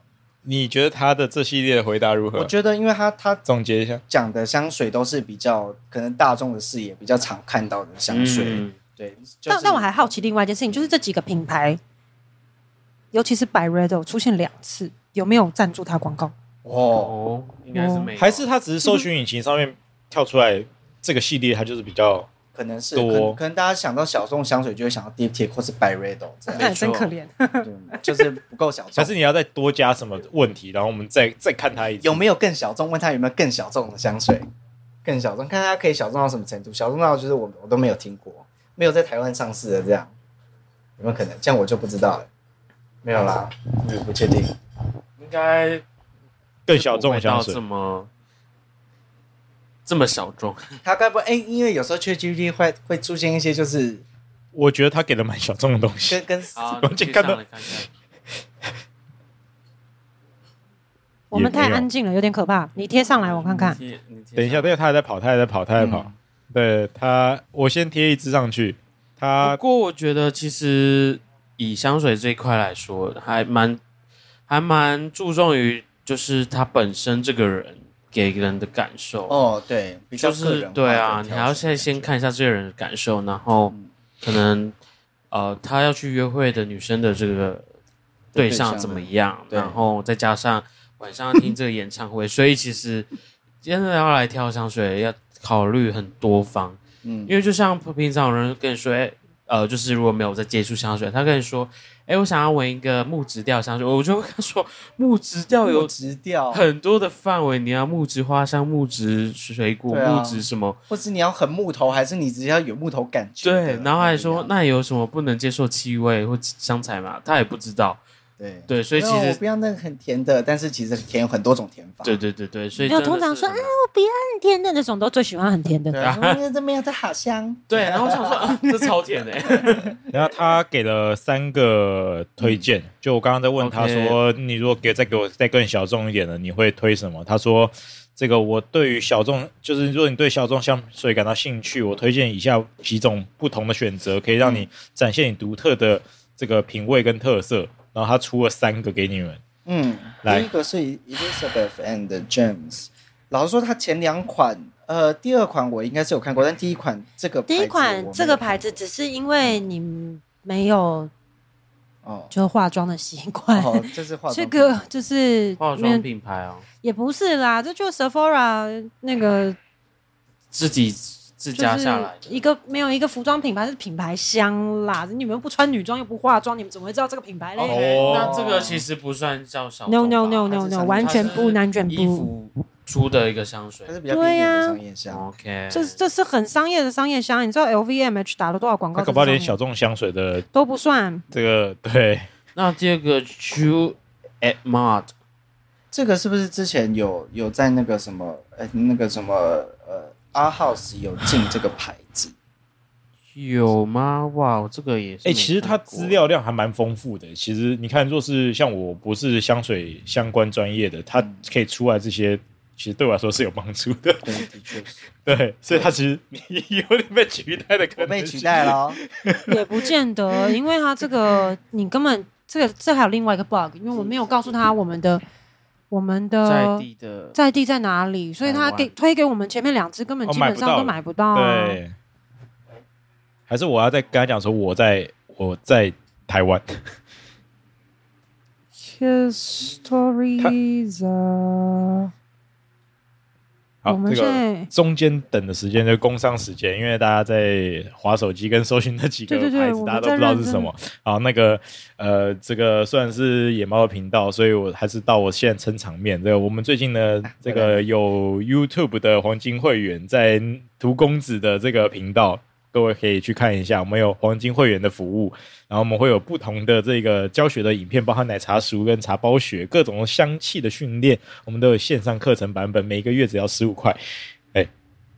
Speaker 4: 你觉得他的这系列的回答如
Speaker 1: 我
Speaker 4: 何？
Speaker 1: 觉得，因为他他
Speaker 4: 总结一下，
Speaker 1: 讲的香水都是比较可能大众的视野比较常看到的香水，
Speaker 3: 嗯
Speaker 1: 对。就是
Speaker 2: 但但我还好奇另外一件事情，就是这几个品牌，尤其是 By Redo 出现两次，有没有赞助它广告？
Speaker 1: 哦，
Speaker 3: 哦，应该是没有，
Speaker 4: 还是他只是搜寻引擎上面跳出来这个系列，它就是比较
Speaker 1: 可能是可
Speaker 4: 多
Speaker 1: 能可能大家想到小众香水就会想到 Deep Tick 或是 By Redo 这
Speaker 2: 那
Speaker 1: 样，
Speaker 2: 也真可怜。 <laughs>
Speaker 1: 对就是不够小
Speaker 4: 还
Speaker 1: 众
Speaker 4: 是。你要再多加什么问题，然后我们再再看他一次
Speaker 1: 有没有更小众？问他有没有更小众的香水，更小众，看他可以小众到什么程度。小众到就是我我都没有听过，没有在台湾上市的这样，有没有可能？这样我就不知道了。没有啦，我不确定。
Speaker 3: 应该
Speaker 4: 更小众的香
Speaker 3: 不会到
Speaker 4: 水
Speaker 3: 这？么这么小众，
Speaker 1: 他该不会哎、因为有时候 ChatGPT 会会出现一些就是
Speaker 4: 我觉得他给了蛮小众的东西
Speaker 1: 跟。跟
Speaker 3: 好
Speaker 4: <laughs> 我
Speaker 3: 啊你
Speaker 4: 去
Speaker 3: 去
Speaker 4: 看
Speaker 3: 上
Speaker 4: 到
Speaker 3: 来看看
Speaker 2: 我们太
Speaker 4: 也没有
Speaker 2: 安静了，有点可怕。你贴上来我看看。
Speaker 1: 嗯
Speaker 3: 你贴你贴
Speaker 4: 等一下，对，他还在跑，他还在跑，他还在跑。对他，我先贴一支上去。他
Speaker 3: 不过我觉得其实以香水这一块来说，还蛮还蛮注重于就是他本身这个人给人的感受，
Speaker 1: 哦，对，比较
Speaker 3: 就
Speaker 1: 个人
Speaker 3: 是
Speaker 1: 化的
Speaker 3: 对
Speaker 1: 挑
Speaker 3: 啊，
Speaker 1: 选
Speaker 3: 你还要先先看一下这个人的感受，然后
Speaker 1: 嗯
Speaker 3: 可能呃他要去约会的女生的这个对象怎么样，
Speaker 1: 对
Speaker 3: 然后再加上晚上要听这个演唱会，所以
Speaker 1: <laughs>
Speaker 3: 其实真的要来挑香水要考虑很多方。
Speaker 1: 嗯，
Speaker 3: 因为就像平常有人跟你说，哎、呃，就是如果没有在接触香水，他跟你说，哎、我想要闻一个木质调香水，我就会跟他说，木质调
Speaker 1: 有
Speaker 3: 有
Speaker 1: 直调，
Speaker 3: 很多的范围，你要木质花香、木质水果、
Speaker 1: 对啊
Speaker 3: 木质什么，
Speaker 1: 或是你要很木头，还是你直接要有木头感觉的？
Speaker 3: 对，然后还
Speaker 1: 不
Speaker 3: 说
Speaker 1: 一样
Speaker 3: 那有什么不能接受气味或香材嘛？他也不知道，
Speaker 1: 对
Speaker 3: 对，所以其
Speaker 1: 没有我
Speaker 3: 实
Speaker 1: 不要那个很甜的，但是其实甜有很多种甜法。
Speaker 3: 对对对对，所以
Speaker 2: 没有
Speaker 3: 真的
Speaker 2: 通常
Speaker 3: 是
Speaker 2: 说哎
Speaker 3: 很难
Speaker 2: 很甜的那种都最喜欢很甜的。
Speaker 1: 对啊，嗯这没有这好香。
Speaker 3: 对，然后我想说， <laughs> 啊、这超甜的、
Speaker 2: <laughs>
Speaker 4: <laughs> 然后他给了三个推荐，就我刚刚在问他说你如果给再给我再更小众一点的，你会推什么？他说这个我对于小众，就是如果你对小众香水感到兴趣，我推荐以下几种不同的选择，可以让你展现你独特的这个品味跟特色。然后他出了三个给你们，
Speaker 1: 嗯，
Speaker 4: 来
Speaker 1: 第一个是 Elizabeth and James。老实说，它前两款，呃，第二款我应该是有看过，但第一款这个
Speaker 2: 第一
Speaker 1: 牌子我没
Speaker 2: 款
Speaker 1: 有
Speaker 2: 这个牌子只是因为你没有
Speaker 1: 哦
Speaker 2: 就化妆的习惯，
Speaker 1: 哦，这是化妆
Speaker 2: <laughs> 这
Speaker 1: 品
Speaker 2: 个就是
Speaker 3: 化
Speaker 2: 没有
Speaker 3: 妆品牌哦，
Speaker 2: 也不是啦，这就是 Sephora 那个
Speaker 3: 自己自
Speaker 2: 就
Speaker 3: 家下来
Speaker 2: 是一个没有一个服装品牌是品牌香啦，你们不穿女装又不化妆，你们怎么会知道这个品牌嘞、
Speaker 4: 哦
Speaker 3: 那这个其实不算叫小
Speaker 2: n o
Speaker 3: 众吧
Speaker 2: no no
Speaker 1: 它
Speaker 2: no
Speaker 1: 是商
Speaker 2: no，
Speaker 1: 品
Speaker 2: 完全
Speaker 3: 它
Speaker 2: 不
Speaker 3: 是
Speaker 2: 难卷
Speaker 3: 衣
Speaker 2: 不。
Speaker 3: 服出的一个香水
Speaker 1: 它是比较
Speaker 2: 对
Speaker 1: 偏
Speaker 2: 啊
Speaker 1: 的商业香。
Speaker 3: ，OK，
Speaker 2: 这这是很商业的商业香，你知道 LVMH 打了多少广告在
Speaker 4: 他
Speaker 2: 上面？
Speaker 4: 搞不好连小众香水的
Speaker 2: 都不算，
Speaker 4: 这个对。
Speaker 3: 那第二个 Q at Mart，
Speaker 1: 这个是不是之前有有在那个什么呃那个什么呃 R House 有进这个牌
Speaker 3: <laughs>
Speaker 1: 子？
Speaker 3: 有吗？哇，这个也是没看
Speaker 4: 哎、
Speaker 3: 过。
Speaker 4: 其实它资料量还蛮丰富的。其实你看，若是像我不是香水相关专业的，它可以出来这些，其实对我来说是有帮助的。
Speaker 1: 对，的确是
Speaker 4: 对，所以它其实你有点被取代的可
Speaker 1: 我
Speaker 4: 能
Speaker 3: <laughs>
Speaker 4: 性。
Speaker 1: 被取代了哦。
Speaker 2: 也不见得，因为它这个你根本这个这还有另外一个 bug，因为我没有告诉他我们的我们的
Speaker 3: 在地的
Speaker 2: 在地在哪里，所以他
Speaker 3: 台
Speaker 2: 给
Speaker 3: 湾
Speaker 2: 推给我们前面两只根本
Speaker 4: 哦
Speaker 2: 基本上都买
Speaker 4: 买
Speaker 2: 不到啊。
Speaker 4: 对，还是我要再跟他讲说我在我在
Speaker 2: <laughs>
Speaker 4: 台湾，
Speaker 2: Histories，啊
Speaker 4: 好
Speaker 2: 我，们
Speaker 4: 这
Speaker 2: 现
Speaker 4: 个
Speaker 2: 在
Speaker 4: 中间等的时间就是工商时间，因为大家在划手机跟搜寻那几个
Speaker 2: 对对对
Speaker 4: 牌
Speaker 2: 我
Speaker 4: 子，
Speaker 2: 们
Speaker 4: 大家都
Speaker 2: 在
Speaker 4: 不知道
Speaker 2: 认
Speaker 4: 是什
Speaker 2: 真
Speaker 4: 么。好，那个呃，这个虽然是野猫的频道，所以我还是到我现在撑场面。这个我们最近呢，这个有 YouTube 的黄金会员在涂公子的这个频道。各位可以去看一下，我们有黄金会员的服务，然后我们会有不同的这个教学的影片，包含奶茶熟跟茶包学各种香气的训练，我们都有线上课程版本，每个月只要十五块。哎，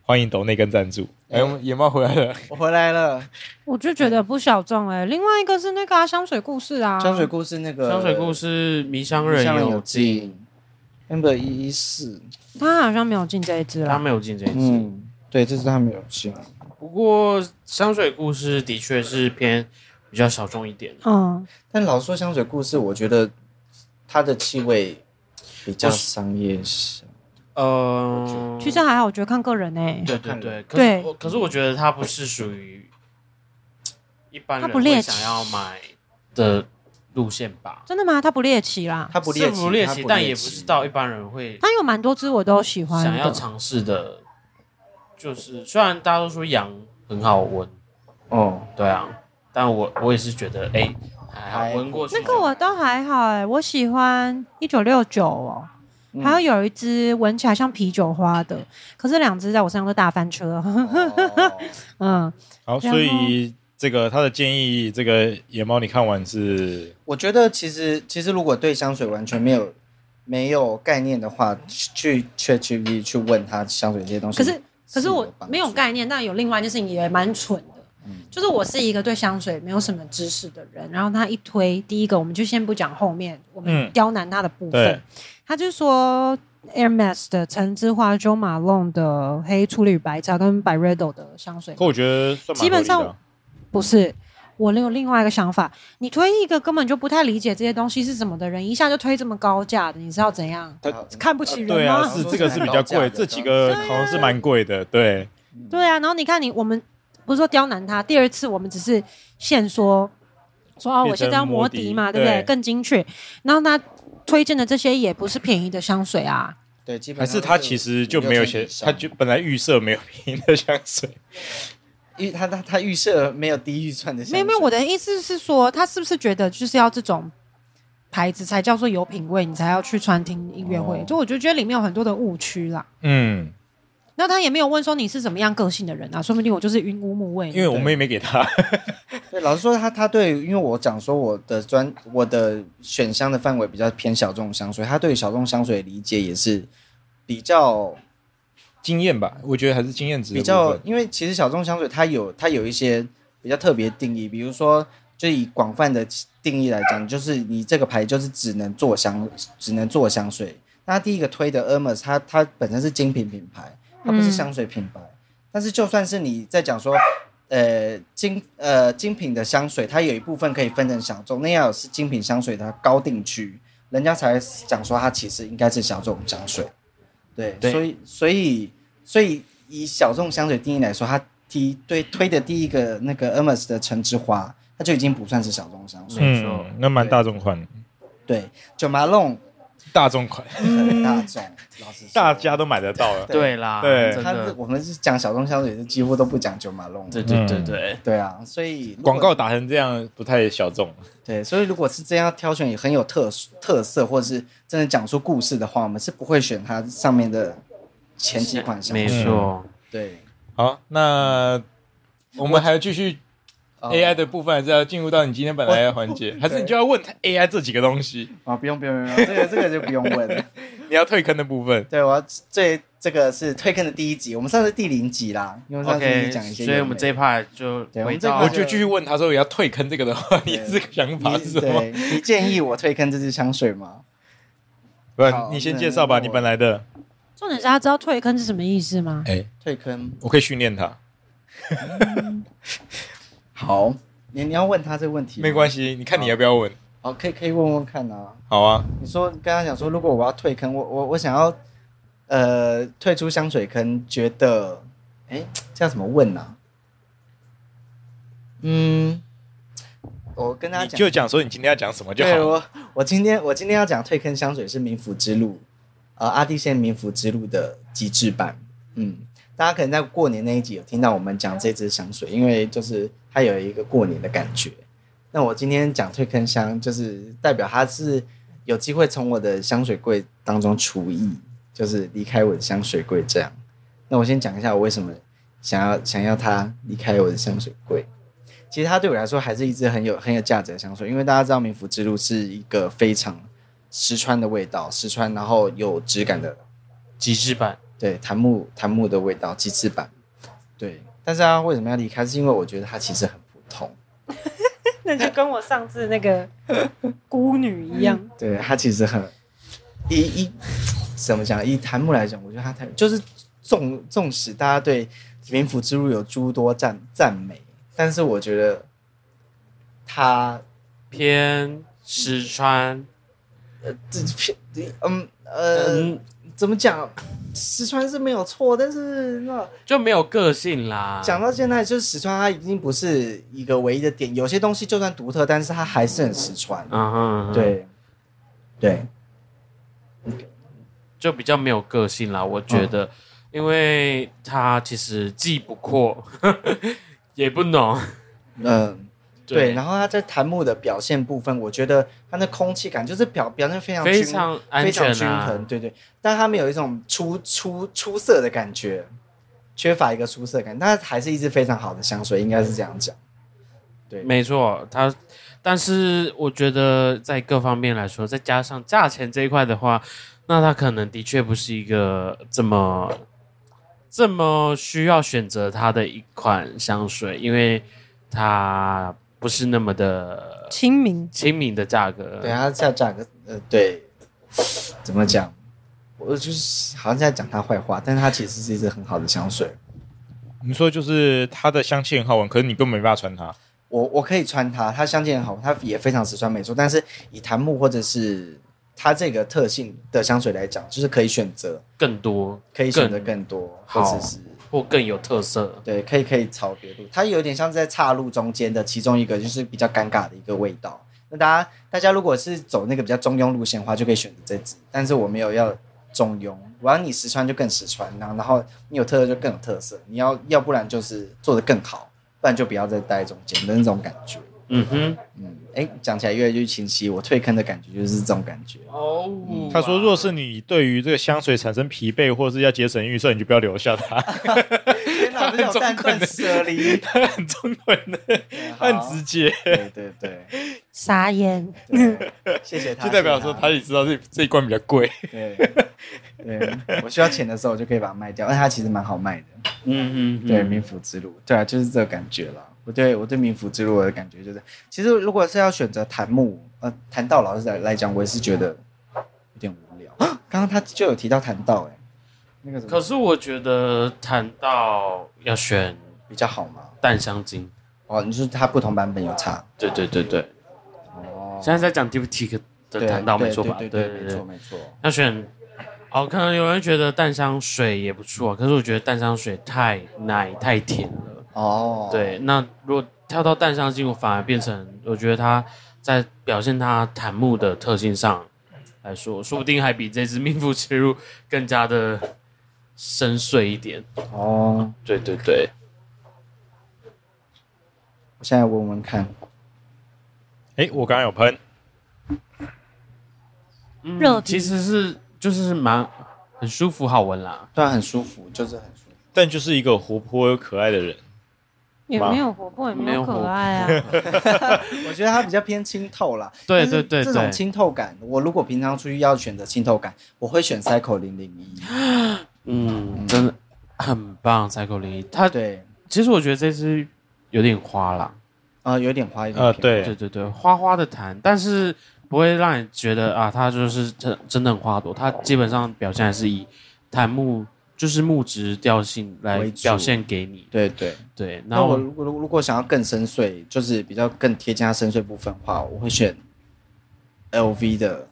Speaker 4: 欢迎抖内跟赞助。哎，我们野猫回来了。
Speaker 1: 我回来了，
Speaker 2: 我就觉得不小众哎、另外一个是那个、啊、香水故事啊，
Speaker 1: 香水故事那个
Speaker 3: 香水故事《迷香
Speaker 1: 《
Speaker 3: 人
Speaker 1: 向人
Speaker 3: 有
Speaker 1: 有
Speaker 3: 进》，
Speaker 1: 尽 Amber 一一四，
Speaker 2: 他好像没有进这一支
Speaker 3: 他
Speaker 2: 啦。
Speaker 3: 没有进这一次。
Speaker 1: 嗯，对，这是他们有进。
Speaker 3: 不过香水故事的确是偏比较小众一点，
Speaker 2: 嗯，
Speaker 1: 但老说香水故事，我觉得它的气味比较商业性。
Speaker 3: 呃，
Speaker 2: 其实还好，我觉得看个人哎、
Speaker 3: 对对对，可
Speaker 2: 对
Speaker 3: 是我可是我觉得它不是属于一般
Speaker 2: 它
Speaker 3: 人
Speaker 2: 不猎
Speaker 3: 会
Speaker 2: 奇
Speaker 3: 想要买的路线吧。
Speaker 2: 真的吗？他不猎奇啦，
Speaker 1: 它不猎
Speaker 3: 是
Speaker 1: 奇，
Speaker 3: 不猎
Speaker 1: 它
Speaker 3: 奇，但也不是到一般人会
Speaker 2: 他有蛮多支我都喜欢
Speaker 3: 想要
Speaker 2: 的。
Speaker 3: 尝试的。就是虽然大家都说羊很好闻，
Speaker 1: 哦，
Speaker 3: 对啊，但我我也是觉得，哎、还
Speaker 1: 还
Speaker 3: 好闻过去
Speaker 2: 那
Speaker 3: 就。
Speaker 2: 个我倒还好哎、我喜欢一九六九哦，
Speaker 3: 嗯
Speaker 2: 还有有一支闻起来像啤酒花的，可是两只在我身上都大翻车。 <laughs>
Speaker 1: 哦
Speaker 2: 嗯，
Speaker 4: 好，
Speaker 2: 然
Speaker 4: 所
Speaker 2: 后
Speaker 4: 以这个他的建议，这个野猫你看完是
Speaker 1: 我觉得其实其实如果对香水完全没有没有概念的话，去去 ChatGPT 去问他香水这些东西。
Speaker 2: 可是可是
Speaker 1: 有
Speaker 2: 我
Speaker 1: 帮助
Speaker 2: 没有概念，但有另外一件事情也蛮蠢的，就是我是一个对香水没有什么知识的人，然后他一推，第一个我们就先不讲后面我们
Speaker 4: 嗯
Speaker 2: 刁难他的部分，
Speaker 4: 对
Speaker 2: 他就说 Hermes 的橙之花、Jo Malone 的黑醋栗白茶跟 Byredo 的香水
Speaker 4: 可我觉得算蛮
Speaker 2: 基本
Speaker 4: 合理的啊
Speaker 2: 上不是，我有另外一个想法，你推一个根本就不太理解这些东西是什么的人，一下就推这么高价的，你是要怎样？
Speaker 4: 他
Speaker 1: 好呃
Speaker 2: 看不起人吗？
Speaker 4: 对啊，
Speaker 1: 说
Speaker 4: 是
Speaker 1: 是
Speaker 4: 这个
Speaker 1: 蛮
Speaker 4: 是比
Speaker 1: 高
Speaker 4: 较
Speaker 1: 价
Speaker 4: 贵，
Speaker 1: 的啊
Speaker 4: 这几个好像是蛮贵的，对，
Speaker 2: 对啊，然后你看你我们不是说刁难他，第二次我们只是现说说哦，
Speaker 4: 变
Speaker 2: 我现
Speaker 4: 成
Speaker 2: 在要磨
Speaker 4: 摩
Speaker 2: 底
Speaker 4: 底
Speaker 2: 嘛，对不对？
Speaker 4: 对
Speaker 2: 更精确。然后他推荐的这些也不是便宜的香水啊，
Speaker 1: 对，基本
Speaker 4: 还
Speaker 1: 上
Speaker 4: 是他其实就没有写，他就本来预设没有便宜的香水，
Speaker 1: <laughs> 预他他他预设没有低预算的香水。
Speaker 2: 没有没有，我的意思是说，他是不是觉得就是要这种牌子才叫做有品味，你才要去餐厅音乐会？
Speaker 1: 哦
Speaker 2: 就我就觉得里面有很多的误区啦。
Speaker 4: 嗯，
Speaker 2: 那他也没有问说你是怎么样个性的人啊，说不定我就是云无母味。
Speaker 4: 嗯因为我们也没给他，
Speaker 1: 对，老实说他，他对于，因为我讲说我的专我的选香的范围比较偏小众香水，他对于小众香水的理解也是比较
Speaker 4: 经验吧，我觉得还是经验值的
Speaker 1: 比
Speaker 4: 部
Speaker 1: 较
Speaker 4: 分，
Speaker 1: 因为其实小众香水它有它有一些比较特别定义，比如说就以广泛的定义来讲，就是你这个牌就是只能做香，只能做香水。那它第一个推的 Hermes，它它本身是精品品牌，它不是香水品牌。但是就算是你在讲说，呃精呃精品的香水，它有一部分可以分成小众，那要有是精品香水的高定区，人家才讲说它其实应该是小众香水。对，
Speaker 3: 对
Speaker 1: 所以所以所以以小众香水定义来说，它第一对推的第一个那个 Hermes 的橙之花，它就已经不算是小众香水。
Speaker 3: 没错
Speaker 4: 嗯，那蛮大众款，
Speaker 1: 对，九马弄
Speaker 4: 大众款，
Speaker 1: 很大众，老实说
Speaker 4: 大家都买得到了，
Speaker 3: 对啦，
Speaker 4: 对
Speaker 3: 真
Speaker 1: 他是
Speaker 3: 的，
Speaker 1: 我们是讲小众香水，是几乎都不讲九马弄。
Speaker 3: 对对对对，
Speaker 1: 对啊，所以如果
Speaker 4: 广告打成这样不太小众，
Speaker 1: 对，所以如果是这样挑选也很有特特色，或者是真的讲出故事的话，我们是不会选它上面的前几款香
Speaker 3: 没
Speaker 1: 水。
Speaker 3: 错。
Speaker 1: 对
Speaker 4: 好，
Speaker 1: 嗯
Speaker 4: 那我们还要继续
Speaker 1: 哦
Speaker 4: AI 的部分，还是要进入到你今天本来的环
Speaker 1: <laughs>
Speaker 4: 节，还是你就要问他 AI 这几个东西，
Speaker 1: 啊，不用不用不用，这个这个就不用问了。
Speaker 4: 你要退坑的部分。
Speaker 1: 对，我要最这个是推坑的第一集，我们上次第零集啦，因为上次已经
Speaker 3: OK，
Speaker 1: 讲一些有的没的，
Speaker 3: 所以我们这一 part 就
Speaker 1: 对我
Speaker 3: 回
Speaker 1: 们这一
Speaker 3: 到
Speaker 1: part
Speaker 4: 我就继续问他说：“要退坑这个的话，你
Speaker 1: 啊对
Speaker 4: 这个想法是
Speaker 1: 你
Speaker 4: 什么
Speaker 1: 对你建议我推坑这支香水吗？？”
Speaker 4: 不
Speaker 1: 好
Speaker 4: 然你先介绍吧，
Speaker 1: 那
Speaker 4: 你本来的。
Speaker 2: 重点是他知道退坑是什么意思吗？
Speaker 4: 哎，
Speaker 1: 推坑
Speaker 4: 我可以训练他，
Speaker 1: 好，你你要问他这个问题，
Speaker 4: 没关系。你看你要不要问？
Speaker 1: 哦，可以可以问问看啊。
Speaker 4: 好啊，
Speaker 1: 你说跟他讲说，如果我要退坑，我我我想要呃退出香水坑，觉得哎这样怎么问呢、嗯，我跟他
Speaker 4: 你
Speaker 1: 讲，
Speaker 4: 就讲说你今天要讲什么就好
Speaker 1: 对
Speaker 4: 了。
Speaker 1: 我我今天我今天要讲退坑香水是民府之路，呃阿蒂县民府之路的极致版。嗯，大家可能在过年那一集有听到我们讲这支香水，因为就是它有一个过年的感觉。那我今天讲退坑香，就是代表它是有机会从我的香水柜当中除役，就是离开我的香水柜这样。那我先讲一下我为什么想要想要它离开我的香水柜。其实它对我来说还是一支很有很有价值的香水，因为大家知道民福之路是一个非常实穿的味道，实穿然后有质感的
Speaker 3: 极致版，
Speaker 1: 对檀木檀木的味道，鸡翅版。对，但是啊他为什么要离开？是因为我觉得他其实很普通，
Speaker 2: 那就跟我上次那个孤女一样，
Speaker 1: 对他其实很以以怎么讲？以檀木来讲，我觉得他太就是纵纵使大家对民府之路有诸多赞赞美，但是我觉得他
Speaker 3: 偏石川，
Speaker 1: 这片嗯呃
Speaker 3: 嗯，
Speaker 1: 怎么讲？石川是没有错，但是那。
Speaker 3: 就没有个性啦。
Speaker 1: 讲到现在，就是石川，它已经不是一个唯一的点。有些东西就算独特，但是它还是很石川。
Speaker 3: 嗯哼，嗯哼，
Speaker 1: 对，对，
Speaker 3: 就比较没有个性啦。我觉得，因为他其实既不阔， <laughs> 也不浓，
Speaker 1: 嗯，对。然后它在檀木的表现部分，我觉得它那空气感就是表表现非常
Speaker 3: 非
Speaker 1: 均
Speaker 3: 常安
Speaker 1: 非
Speaker 3: 全
Speaker 1: 常均
Speaker 3: 啊
Speaker 1: 衡，。对对。但它没有一种出出出色的感觉，缺乏一个出色感，但它还是一支非常好的香水，应该是这样讲。对，
Speaker 3: 没错，他，但是我觉得在各方面来说，再加上价钱这一块的话，那他可能的确不是一个这么这么需要选择它的一款香水，因为它不是那么的
Speaker 2: 清明
Speaker 3: 亲民的价格。
Speaker 1: 对，啊它价价格，呃，对，怎么讲？我就是好像在讲它坏话，但是它其实是一支很好的香水。
Speaker 4: 你说就是它的香气很好闻，可是你根本没办法穿它。
Speaker 1: 我我可以穿它，它香气很好，它也非常实穿没错。但是以檀木或者是它这个特性的香水来讲，就是可以选择，
Speaker 3: 更多
Speaker 1: 可以选择
Speaker 3: 更
Speaker 1: 更多，或
Speaker 3: 好
Speaker 1: 者是
Speaker 3: 或更有特色。
Speaker 1: 对，可以可以朝别路。它有点像是在岔路中间的其中一个，就是比较尴尬的一个味道。那大家大家如果是走那个比较中庸路线的话，就可以选择这支。但是我没有要中庸，我要你实穿就更实穿，然后然后你有特色就更有特色。你要要不然就是做的更好，不然就不要再待在中间的那种感觉。
Speaker 3: 嗯哼，
Speaker 1: 嗯，哎，讲起来越来越清晰，我退坑的感觉就是这种感觉。
Speaker 3: 哦，
Speaker 4: 他说，若是你对于这个香水产生疲惫，或是要节省预算，你就不要留
Speaker 1: <laughs>
Speaker 4: 下它，
Speaker 1: 天哪，这种
Speaker 4: 中
Speaker 1: 断断
Speaker 4: 肯的
Speaker 1: 舍离，
Speaker 4: 它很中文的，它 <laughs> 很直接，
Speaker 1: 对对对
Speaker 2: 傻眼，
Speaker 1: 对，谢谢他，
Speaker 4: <laughs> 就代表
Speaker 1: 谢谢
Speaker 4: 说他也知道这这一罐比较贵。
Speaker 1: 对，对 <laughs> 我需要钱的时候，我就可以把它卖掉，而且它其实蛮好卖的。
Speaker 3: 嗯嗯，
Speaker 1: 对，民福之路，对啊，就是这个感觉啦。我对我对民福之路的感觉就是，其实如果是要选择檀木，呃，檀道老师来来讲，我也是觉得有点无聊。啊刚刚他就有提到檀道、欸，哎，那个什
Speaker 3: 可
Speaker 1: 么
Speaker 3: 是我觉得谈到要选
Speaker 1: 比较好吗？
Speaker 3: 淡香精，
Speaker 1: 哦，你说它不同版本有差
Speaker 3: 对对对对，
Speaker 1: 哦，
Speaker 3: 现在在讲 DPT 的
Speaker 1: 对
Speaker 3: 谈到
Speaker 1: 对
Speaker 3: 没错吧？
Speaker 1: 对
Speaker 3: 对
Speaker 1: 对，没错没错。
Speaker 3: 要选。哦，可能有人觉得淡香水也不错，可是我觉得淡香水太奶太甜了。
Speaker 1: 哦，
Speaker 3: 对，那如果跳到淡香精，我反而变成我觉得它在表现它檀木的特性上来说，说不定还比这只命妇切入更加的深邃一点。
Speaker 1: 哦，
Speaker 3: 对对对，
Speaker 1: 我现在闻闻看，
Speaker 4: 哎，我刚刚有喷，
Speaker 3: 嗯
Speaker 2: 热
Speaker 3: 其
Speaker 2: 情
Speaker 3: 实是就是蛮很舒服好闻啦。
Speaker 1: 虽然啊很舒服，就是很舒服。
Speaker 4: 但就是一个活泼又可爱的人。
Speaker 2: 也
Speaker 4: 哇
Speaker 2: 没有活泼，也
Speaker 3: 没
Speaker 2: 没
Speaker 3: 有
Speaker 2: 有
Speaker 3: 活
Speaker 2: 可
Speaker 3: 泼
Speaker 2: 爱啊。
Speaker 1: 我觉得它比较偏清透啦。
Speaker 3: 对
Speaker 1: 但是
Speaker 3: 对对
Speaker 1: 这种
Speaker 3: 对
Speaker 1: 清透感，我如果平常出去要选择清透感，我会选 Cycle 零零一。
Speaker 3: 嗯，真的很棒，彩口林它
Speaker 1: 对，
Speaker 3: 其实我觉得这只有点花啦。
Speaker 1: 啊、有点花，有点
Speaker 4: 呃，
Speaker 1: 偏，
Speaker 4: 对
Speaker 3: 对，对对，花花的谈，但是不会让你觉得啊，它就是真真的很花朵，它基本上表现还是以檀木就是木质调性来
Speaker 1: 为主
Speaker 3: 表现给你。
Speaker 1: 对对。
Speaker 3: 对，然
Speaker 1: 那我
Speaker 3: 后
Speaker 1: 如果如果想要更深邃，就是比较更贴近它深邃部分的话，我会选 LV 的，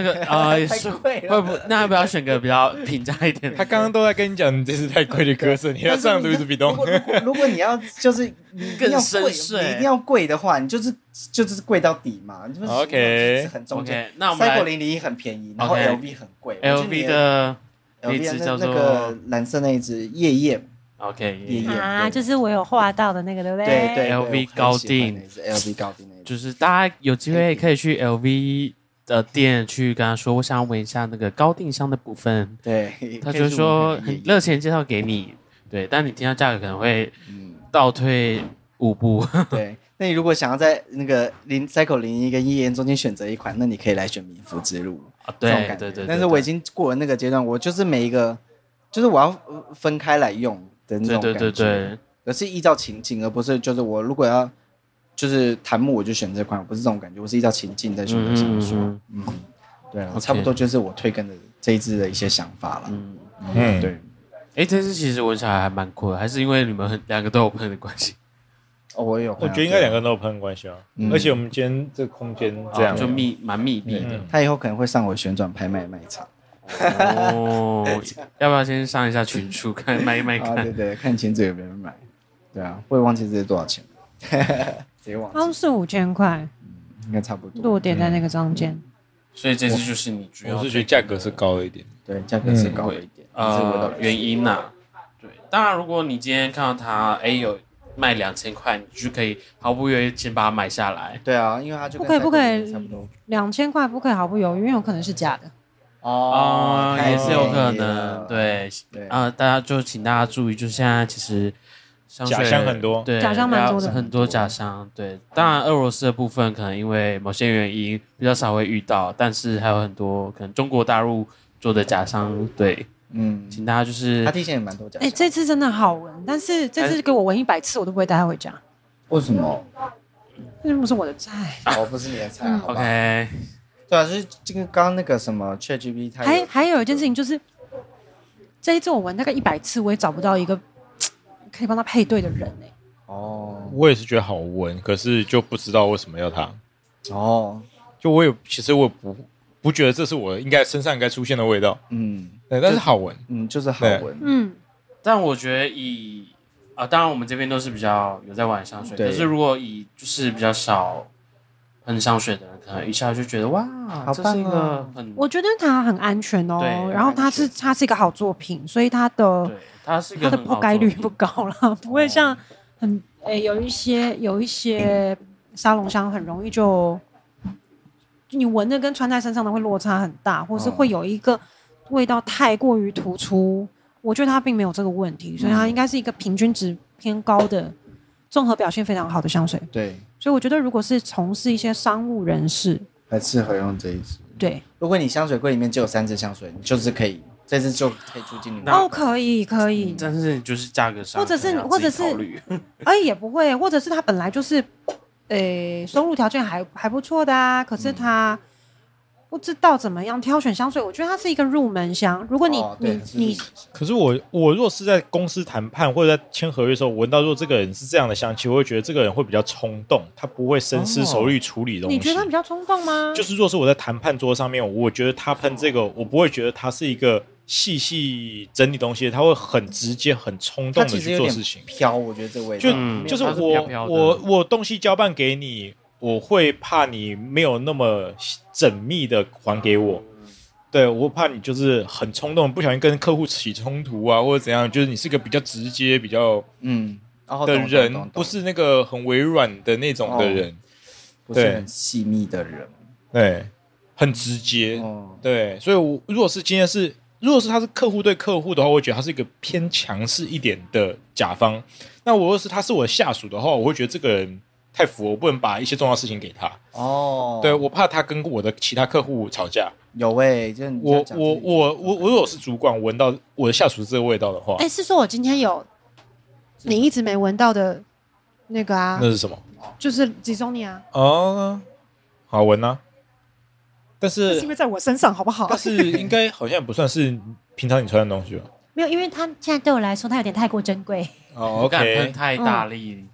Speaker 1: <laughs>
Speaker 3: 个呃
Speaker 1: 太
Speaker 3: 是
Speaker 1: 贵了
Speaker 3: 会不那要不要选个比较平价一
Speaker 1: <laughs>
Speaker 3: 点的？
Speaker 4: 他刚刚都在跟你讲，你这是太贵的歌声，你要上
Speaker 1: 如
Speaker 4: 如子比东
Speaker 1: 如。果如
Speaker 4: <laughs>
Speaker 1: 果如果你要就是你一定要
Speaker 3: 更
Speaker 1: 贵，
Speaker 3: 深邃
Speaker 1: 你一定要贵的话，你就是就是贵到底嘛，你就是
Speaker 4: OK
Speaker 1: 就是很中间。
Speaker 3: OK，那我们
Speaker 1: 三
Speaker 3: 来
Speaker 1: 九零零一很便宜，然后
Speaker 3: OK
Speaker 1: LV 很贵
Speaker 3: LV 的
Speaker 1: 我觉得你
Speaker 3: 那只
Speaker 1: 的
Speaker 3: 叫
Speaker 1: LV 啊的那
Speaker 3: 做
Speaker 1: 那个蓝色那一只夜宴，夜
Speaker 3: OK，
Speaker 1: 宴
Speaker 2: 啊，
Speaker 1: 对
Speaker 2: 就是我有画到的那个，对不对？
Speaker 1: 对对对
Speaker 3: LV
Speaker 1: 我很喜欢
Speaker 3: 高定
Speaker 1: 那一只 LV 高定那一只，
Speaker 3: 就是大家有机会可以去 LV 的店去跟他说，我想问一下那个高定箱的部分，
Speaker 1: 对，
Speaker 3: 他
Speaker 1: 可以
Speaker 3: 就
Speaker 1: 入
Speaker 3: 说
Speaker 1: 门的夜
Speaker 3: 很
Speaker 1: 宴
Speaker 3: 热情介绍给你，对，但你听到价格可能会
Speaker 1: 嗯。
Speaker 3: 倒退五步。
Speaker 1: 对， <laughs> 那你如果想要在那个零 cycle 零一跟一言中间选择一款，那你可以来选民服之路。
Speaker 3: 啊
Speaker 1: 这
Speaker 3: 对
Speaker 1: 种感觉
Speaker 3: 对对，
Speaker 1: 但是我已
Speaker 3: 经。
Speaker 1: 经过了那个阶段，我就是每一个，就是我要呃分开来用的那
Speaker 3: 对
Speaker 1: 种
Speaker 3: 对
Speaker 1: 感觉。
Speaker 3: 对对，
Speaker 1: 而是依照情境，而不是就是我如果要就是弹幕我就选这款，不是这种感觉，我是依照情境在选择
Speaker 3: 嗯
Speaker 1: 香
Speaker 3: 嗯
Speaker 1: 水。
Speaker 3: 嗯
Speaker 1: 嗯对啊，
Speaker 3: OK
Speaker 1: 差不多就是我推跟的这一支的一些想法了。
Speaker 3: 嗯，
Speaker 4: 嗯，
Speaker 1: 对，
Speaker 3: 哎，这次其实闻起来还蛮酷的，还是因为你们很两个都有喷的关系，
Speaker 1: 哦，我有，
Speaker 4: 我觉得应该两个。人都有喷关系啊
Speaker 1: 嗯。
Speaker 4: 而且我们今天这个空间这样
Speaker 3: 哦就密蛮密闭的。
Speaker 4: 嗯
Speaker 1: 他以后可能会上我旋转拍卖卖场。 <laughs>
Speaker 3: 哦，要不要先上一下群主看卖一
Speaker 4: 哎
Speaker 3: 卖
Speaker 1: 啊，对
Speaker 3: 看？
Speaker 1: 对，看前者有没有人买。对啊，我也忘记这是多少钱了， <laughs> 直接忘
Speaker 2: 好像
Speaker 1: 记，
Speaker 2: 是五千块，
Speaker 1: 应该差不多
Speaker 2: 落。点在那个中间。
Speaker 3: 所以这次就是你主要
Speaker 4: 我
Speaker 3: 推
Speaker 4: 是觉得价格是高了一点。
Speaker 1: 对，价格是高了一点，但是味道
Speaker 3: 呃原因呐、对，当然如果你今天看到它哎有卖两千块，你就可以毫不犹豫先把它买下来。
Speaker 1: 对啊，因为它就跟
Speaker 2: 不可以不可以
Speaker 1: 赛格差不多
Speaker 2: 两千块不可以毫不犹豫，因为有可能是假的。
Speaker 3: 哦，
Speaker 1: 太
Speaker 3: 也是有可
Speaker 1: 便宜了
Speaker 3: 能，对，
Speaker 1: 对
Speaker 3: 啊、大家就请大家注意，就现在其实香水
Speaker 4: 假香很多
Speaker 3: 对，
Speaker 2: 假香蛮多的
Speaker 3: 然后很多假香，对，当然俄罗斯的部分可能因为某些原因比较少会遇到，但是还有很多可能中国大陆做的假香，对，
Speaker 1: 嗯，
Speaker 3: 请大家就是
Speaker 1: 它提前也蛮多假
Speaker 2: 哎、
Speaker 1: 香。
Speaker 2: 这次真的好闻，但是这次给我闻一百次，我都不会带它回家，
Speaker 1: 为什么？
Speaker 2: 那不是我的菜。
Speaker 1: 哦，不是你的
Speaker 2: 嗯
Speaker 1: 菜，好吧？
Speaker 3: 嗯 OK，
Speaker 1: 对啊，就是这个刚刚那个什么 ChatGPT，它
Speaker 2: 还
Speaker 1: 有
Speaker 2: 还有一件事情就是，这一次我闻大概一百次，我也找不到一个可以帮他配对的人哎、
Speaker 1: 哦
Speaker 4: 我也是觉得好闻，可是就不知道为什么要它。
Speaker 1: 哦，
Speaker 4: 就我也其实我也不不觉得这是我应该身上应该出现的味道，
Speaker 1: 嗯
Speaker 4: 对，但是好闻。
Speaker 1: 嗯，就是好闻，
Speaker 2: 嗯，
Speaker 3: 但我觉得以啊、当然我们这边都是比较有在玩香水，
Speaker 1: 对
Speaker 3: 可是如果以就是比较少喷香水的人，可能一下就觉得哇，
Speaker 1: 好
Speaker 3: 这
Speaker 1: 棒
Speaker 3: 是一个
Speaker 1: 哦
Speaker 3: 很
Speaker 2: 我觉得它很安全哦、
Speaker 3: 对
Speaker 2: 然后它
Speaker 1: 很
Speaker 2: 是
Speaker 1: 安
Speaker 2: 它是一个好作品，所以它的
Speaker 3: 对，它是一个
Speaker 2: 它的
Speaker 3: 很好
Speaker 2: 破盖率
Speaker 3: 做
Speaker 2: 不高啦， <laughs> 不会像
Speaker 3: 哦
Speaker 2: 很诶、有一些有一些沙龙香很容易就你闻的跟穿在身上的会落差很大，或
Speaker 3: 哦
Speaker 1: 嗯
Speaker 2: 是会有一个味道太过于突出。我觉得它并没有这个问题，所以
Speaker 3: 嗯
Speaker 2: 它应该是一个平均值偏高的。综合表现非常好的香水，
Speaker 1: 对，
Speaker 2: 所以我觉得如果是从事一些商务人士，
Speaker 1: 很适合用这一支。
Speaker 2: 对
Speaker 1: 如果你香水柜里面只有三支香水，你就是可以这支就可以住进你的。
Speaker 2: 哦，可以可以，
Speaker 3: 但是就是价格上
Speaker 2: 或者是
Speaker 3: 可能要
Speaker 2: 或者
Speaker 3: 自己考
Speaker 2: 是
Speaker 3: 虑
Speaker 1: 嗯
Speaker 2: 哎，也不会，或者是他本来就是，呃，收入条件还还不错的啊，可
Speaker 4: 嗯
Speaker 2: 是他不知道怎么样挑选香水，我觉得它是一个入门香。如果你、
Speaker 1: 哦对
Speaker 2: 你
Speaker 1: 是
Speaker 2: 你
Speaker 4: 可是我我若是在公司谈判或者在签合约的时候，闻到如果这个人是这样的香气，我会觉得这个人会比较冲动，他不会深思熟虑处理东西。
Speaker 2: 你觉得他比较冲动吗？
Speaker 4: 就是若是我在谈判桌上面，我觉得他喷这个，我不会觉得他是一个细细整理东西，他会很直接、很冲
Speaker 1: 它
Speaker 4: 动
Speaker 1: 其
Speaker 4: 的
Speaker 1: 实
Speaker 4: 去
Speaker 1: 有
Speaker 4: 做
Speaker 1: 点
Speaker 4: 事情。
Speaker 1: 飘，我觉得这味道
Speaker 4: 就
Speaker 3: 嗯
Speaker 4: 就是
Speaker 3: 它是飘
Speaker 4: 我
Speaker 3: 飘的
Speaker 4: 我我东西交办给你，我会怕你没有那么缜密的还给我。对，我怕你就是很冲动，不小心跟客户起冲突啊，或者怎样，就是你是个比较直接、比较
Speaker 1: 嗯，然后
Speaker 4: 的
Speaker 1: 懂懂
Speaker 4: 人，
Speaker 1: 懂懂
Speaker 4: 不是那个很微软的那种的
Speaker 1: 哦
Speaker 4: 人，
Speaker 1: 不是
Speaker 4: 对
Speaker 1: 很细密的人，
Speaker 4: 对，很直接。
Speaker 1: 哦，
Speaker 4: 对，所以我如果是今天是，如果是他是客户对客户的话，我会觉得他是一个偏强势一点的甲方。那我若是他是我的下属的话，我会觉得这个人太浮了，我不能把一些重要事情给他。
Speaker 1: 哦，
Speaker 4: 对我怕他跟我的其他客户吵架。
Speaker 1: 有诶、就是你这
Speaker 4: 我
Speaker 1: 样讲
Speaker 4: 我
Speaker 1: 这个
Speaker 4: 我我我如果是主管，闻到我的下属是这个味道的话，
Speaker 2: 哎、是说我今天有你一直没闻到的那个啊
Speaker 4: 那，是什么？
Speaker 2: 就是吉中尼啊，
Speaker 4: 哦，好闻啊。
Speaker 2: 这
Speaker 4: 但是
Speaker 2: 是因为在我身上好不好
Speaker 4: 但？是应该好像也不算是平常你穿的东西吧？
Speaker 2: 没有，因为它现在对我来说，它有点太过珍贵。 <laughs>
Speaker 4: 哦
Speaker 1: 嗯
Speaker 3: 不敢喷太大力，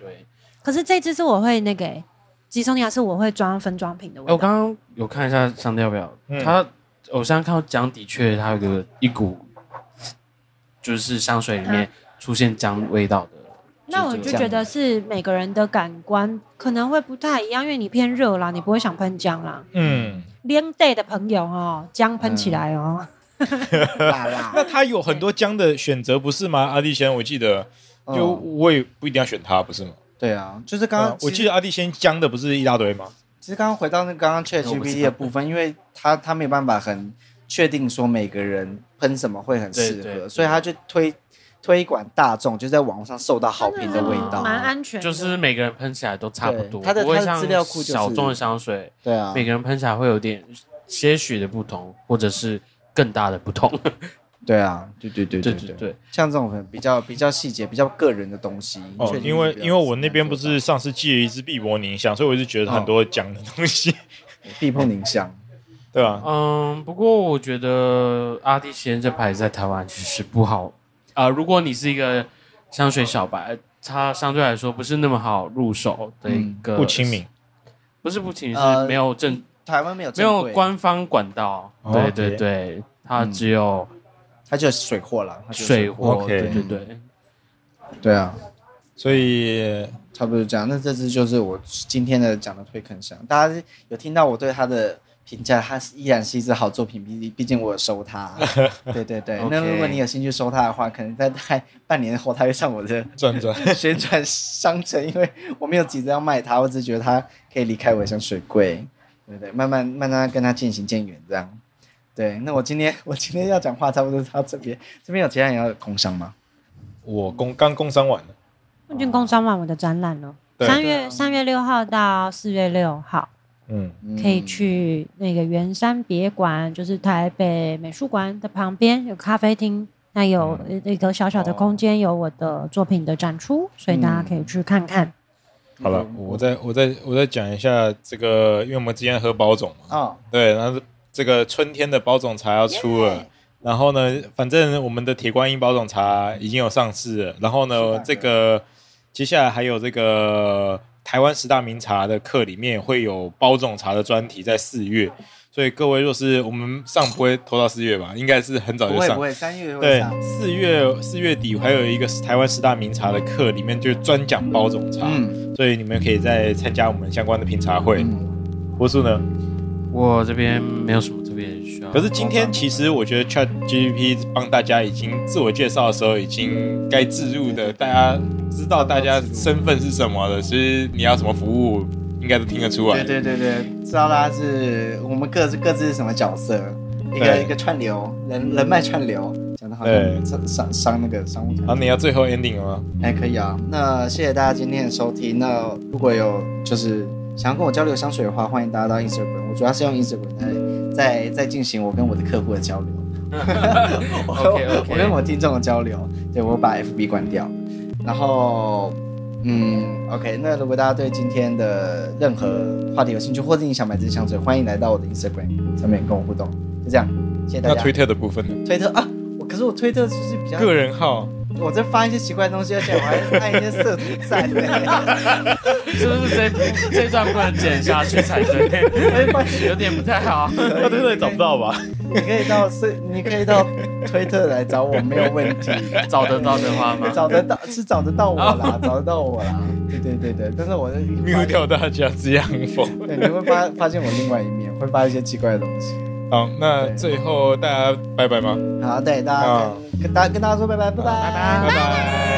Speaker 3: 对，
Speaker 2: 可是这支是我会那个、哎吉松尼亚啊是我会装分装瓶的味
Speaker 3: 哎，我
Speaker 2: 道。
Speaker 3: 刚刚有看一下上调表，
Speaker 4: 嗯
Speaker 3: 它我上次看到姜的确它有个一股，就是香水里面出现姜味道的。
Speaker 2: 那我
Speaker 3: 是这
Speaker 2: 就
Speaker 3: 个
Speaker 2: 觉得是每个人的感官可能会不太一样，因为你偏热啦，你不会想喷姜啦。
Speaker 4: 嗯，
Speaker 2: 连 day 的朋友哦，姜喷
Speaker 1: 嗯
Speaker 2: 起来哦，
Speaker 1: 辣辣
Speaker 4: 那他有很多姜的选择不是吗？阿弟先我记得，就
Speaker 1: 就
Speaker 4: 我也不一定要选他，不是吗？
Speaker 1: 对啊，就是刚
Speaker 4: 啊
Speaker 1: 刚，
Speaker 4: 我记得阿弟先姜的不是一大堆吗？
Speaker 1: 其实刚刚回到那刚刚 ChatGPT 的部分，因为他他没有办法很确定说每个人喷什么会很适合，
Speaker 3: 对对对
Speaker 1: 所以他就推推广大众，就在网络上受到好评的味
Speaker 2: 真
Speaker 1: 道。
Speaker 2: 蛮
Speaker 3: 嗯
Speaker 2: 安全的，
Speaker 3: 就是每个人喷起来都差不多，
Speaker 1: 对它的
Speaker 3: 不会
Speaker 1: 它的
Speaker 3: 像
Speaker 1: 资料库就是
Speaker 3: 小众的香水，
Speaker 1: 对啊，
Speaker 3: 每个人喷起来会有点些许的不同，或者是更大的不同。
Speaker 1: 对啊，对对对
Speaker 3: <laughs> 对
Speaker 1: 对
Speaker 3: 对对，
Speaker 1: 像这种比较比较细节、比较个人的东西，
Speaker 4: 哦，
Speaker 1: ChatGPT
Speaker 4: 因为
Speaker 1: 比较
Speaker 4: 因为我那
Speaker 1: 难
Speaker 4: 边
Speaker 1: 做
Speaker 4: 不是上次寄了一支碧波凝香，所以我就觉得它很多姜的东 <laughs> 西，
Speaker 1: 到
Speaker 3: 哦
Speaker 1: 必碰凝香，
Speaker 4: 对吧？
Speaker 3: 嗯，不过我觉得阿蒂先这牌子在台湾其实不好啊、如果你是一个香水小白，它相对来说不是那么好入手的一个，
Speaker 4: 不亲，民，
Speaker 3: 不是不亲民，
Speaker 1: 呃
Speaker 3: 是没有正、
Speaker 1: 台湾没有
Speaker 3: 没
Speaker 1: 正
Speaker 3: 有
Speaker 1: 规，
Speaker 3: 官方管道。
Speaker 4: 哦
Speaker 3: 对
Speaker 4: OK
Speaker 3: 对对，它只有
Speaker 1: 它就是水货啦，它就是
Speaker 3: 水货。
Speaker 4: OK
Speaker 3: 对对对，
Speaker 1: 对啊，
Speaker 4: 所以
Speaker 1: 差不多这样。那这支就是我今天的讲的推坑香，大家有听到我对它的评价，它依然是一支好作品，毕毕竟我有收它。对对对
Speaker 3: OK
Speaker 1: 那如果你有兴趣收它的话，可能在大概半年后，它会上我的
Speaker 4: 转转，
Speaker 1: 宣传商城，因为我没有急着要卖它，我只是觉得它可以离开我的香水柜，对不对？慢慢慢慢跟它渐行渐远这样。对，那我今天我今天要讲话差不多到这边，这边有其他人要工商吗？
Speaker 4: <laughs> 我工刚工商完了，
Speaker 2: 冠军工商完我的展览了，
Speaker 4: 对
Speaker 2: 三
Speaker 1: 啊
Speaker 2: 月三月六号到四月六号
Speaker 4: 嗯，
Speaker 1: 嗯
Speaker 2: 可以去那个圆山别馆，就是台北美术馆的旁边有咖啡厅，那有
Speaker 1: 嗯
Speaker 2: 一个小小的空
Speaker 1: 哦
Speaker 2: 间有我的作品的展出，所以大
Speaker 1: 嗯
Speaker 2: 家可以去看看。
Speaker 4: 好了，我再我再我再讲一下这个，因为我们之前喝包种嘛，
Speaker 1: 哦，
Speaker 4: 对，然后这个春天的包种茶要出了。然后呢，反正我们的铁观音包种茶已经有上市了。然后
Speaker 1: 是
Speaker 4: 呢，
Speaker 1: 的
Speaker 4: 这个接下来还有这个台湾十大名茶的课里面会有包种茶的专题，在四月。所以各位若是我们上不会拖到四月吧，应该是很早
Speaker 1: 不
Speaker 4: 就
Speaker 1: 会
Speaker 4: 上
Speaker 1: 不。会，三月会
Speaker 4: 对
Speaker 1: 上，。
Speaker 4: 四月四月底还有一个台湾十大名茶的课，里面就专讲包种茶，
Speaker 1: 嗯
Speaker 4: 所以你们可以再参加我们相关的品茶会。
Speaker 1: 嗯。
Speaker 4: 波叔呢？
Speaker 3: 我这边没有什么特别需要。
Speaker 4: 可是今
Speaker 1: 嗯
Speaker 4: 天其实我觉得 Chat GDP 帮大家已经自我介绍的时候，已经该置入的，大家知道大家身份是什么了。其实你要什么服务，应该都听得出来。
Speaker 1: 对对对对，知道大家是我们各自各自是什么角色，一个
Speaker 4: 对
Speaker 1: 一个串流人人脉串流，讲的好
Speaker 4: 对
Speaker 1: 像商商商那个商务团
Speaker 4: 然后你要最后 ending 了吗？
Speaker 1: 还可以啊。
Speaker 4: 嗯
Speaker 1: 那谢谢大家今天的收听。那如果有就是想要跟我交流香水的话，欢迎大家到 Instagram。我主要是用 Instagram 在在在进行我跟我的客户的交流。
Speaker 4: <laughs>
Speaker 1: <laughs> 我
Speaker 3: OK，OK
Speaker 1: 我跟我听众的交流，对我把 FB 关掉，然后。嗯，OK，那如果大家对今天的任何话题有兴趣，或者你想买这支香水，欢迎来到我的 Instagram 上面跟我互动。就这样，谢谢大
Speaker 4: 那
Speaker 1: 家。
Speaker 4: 推特的部分呢？
Speaker 1: 推特啊，我可是我推特就是比较
Speaker 4: 个人号，
Speaker 1: 我在发一些奇怪的东西，而且我还按一些色图赞呢， <laughs>
Speaker 3: 是不是这这段不能剪下去才对？有点不太好。
Speaker 4: 那推特也找不到 <laughs> 吧？
Speaker 1: 你可以到是，你可以到推特来找我，没有问 <laughs> 题，
Speaker 3: 找得到的话吗？
Speaker 1: 找得到是找得到我啦，找得到我啦，对对对对，但是我的
Speaker 4: 谬掉大家这样否？
Speaker 1: 对，你会发发现我另外一面，会发一些奇怪的东西。
Speaker 4: 好，那
Speaker 1: 对
Speaker 4: 最后大家拜拜吗？
Speaker 1: 哦好，对大家跟、跟大家跟大家说拜拜，拜拜，
Speaker 4: 拜拜。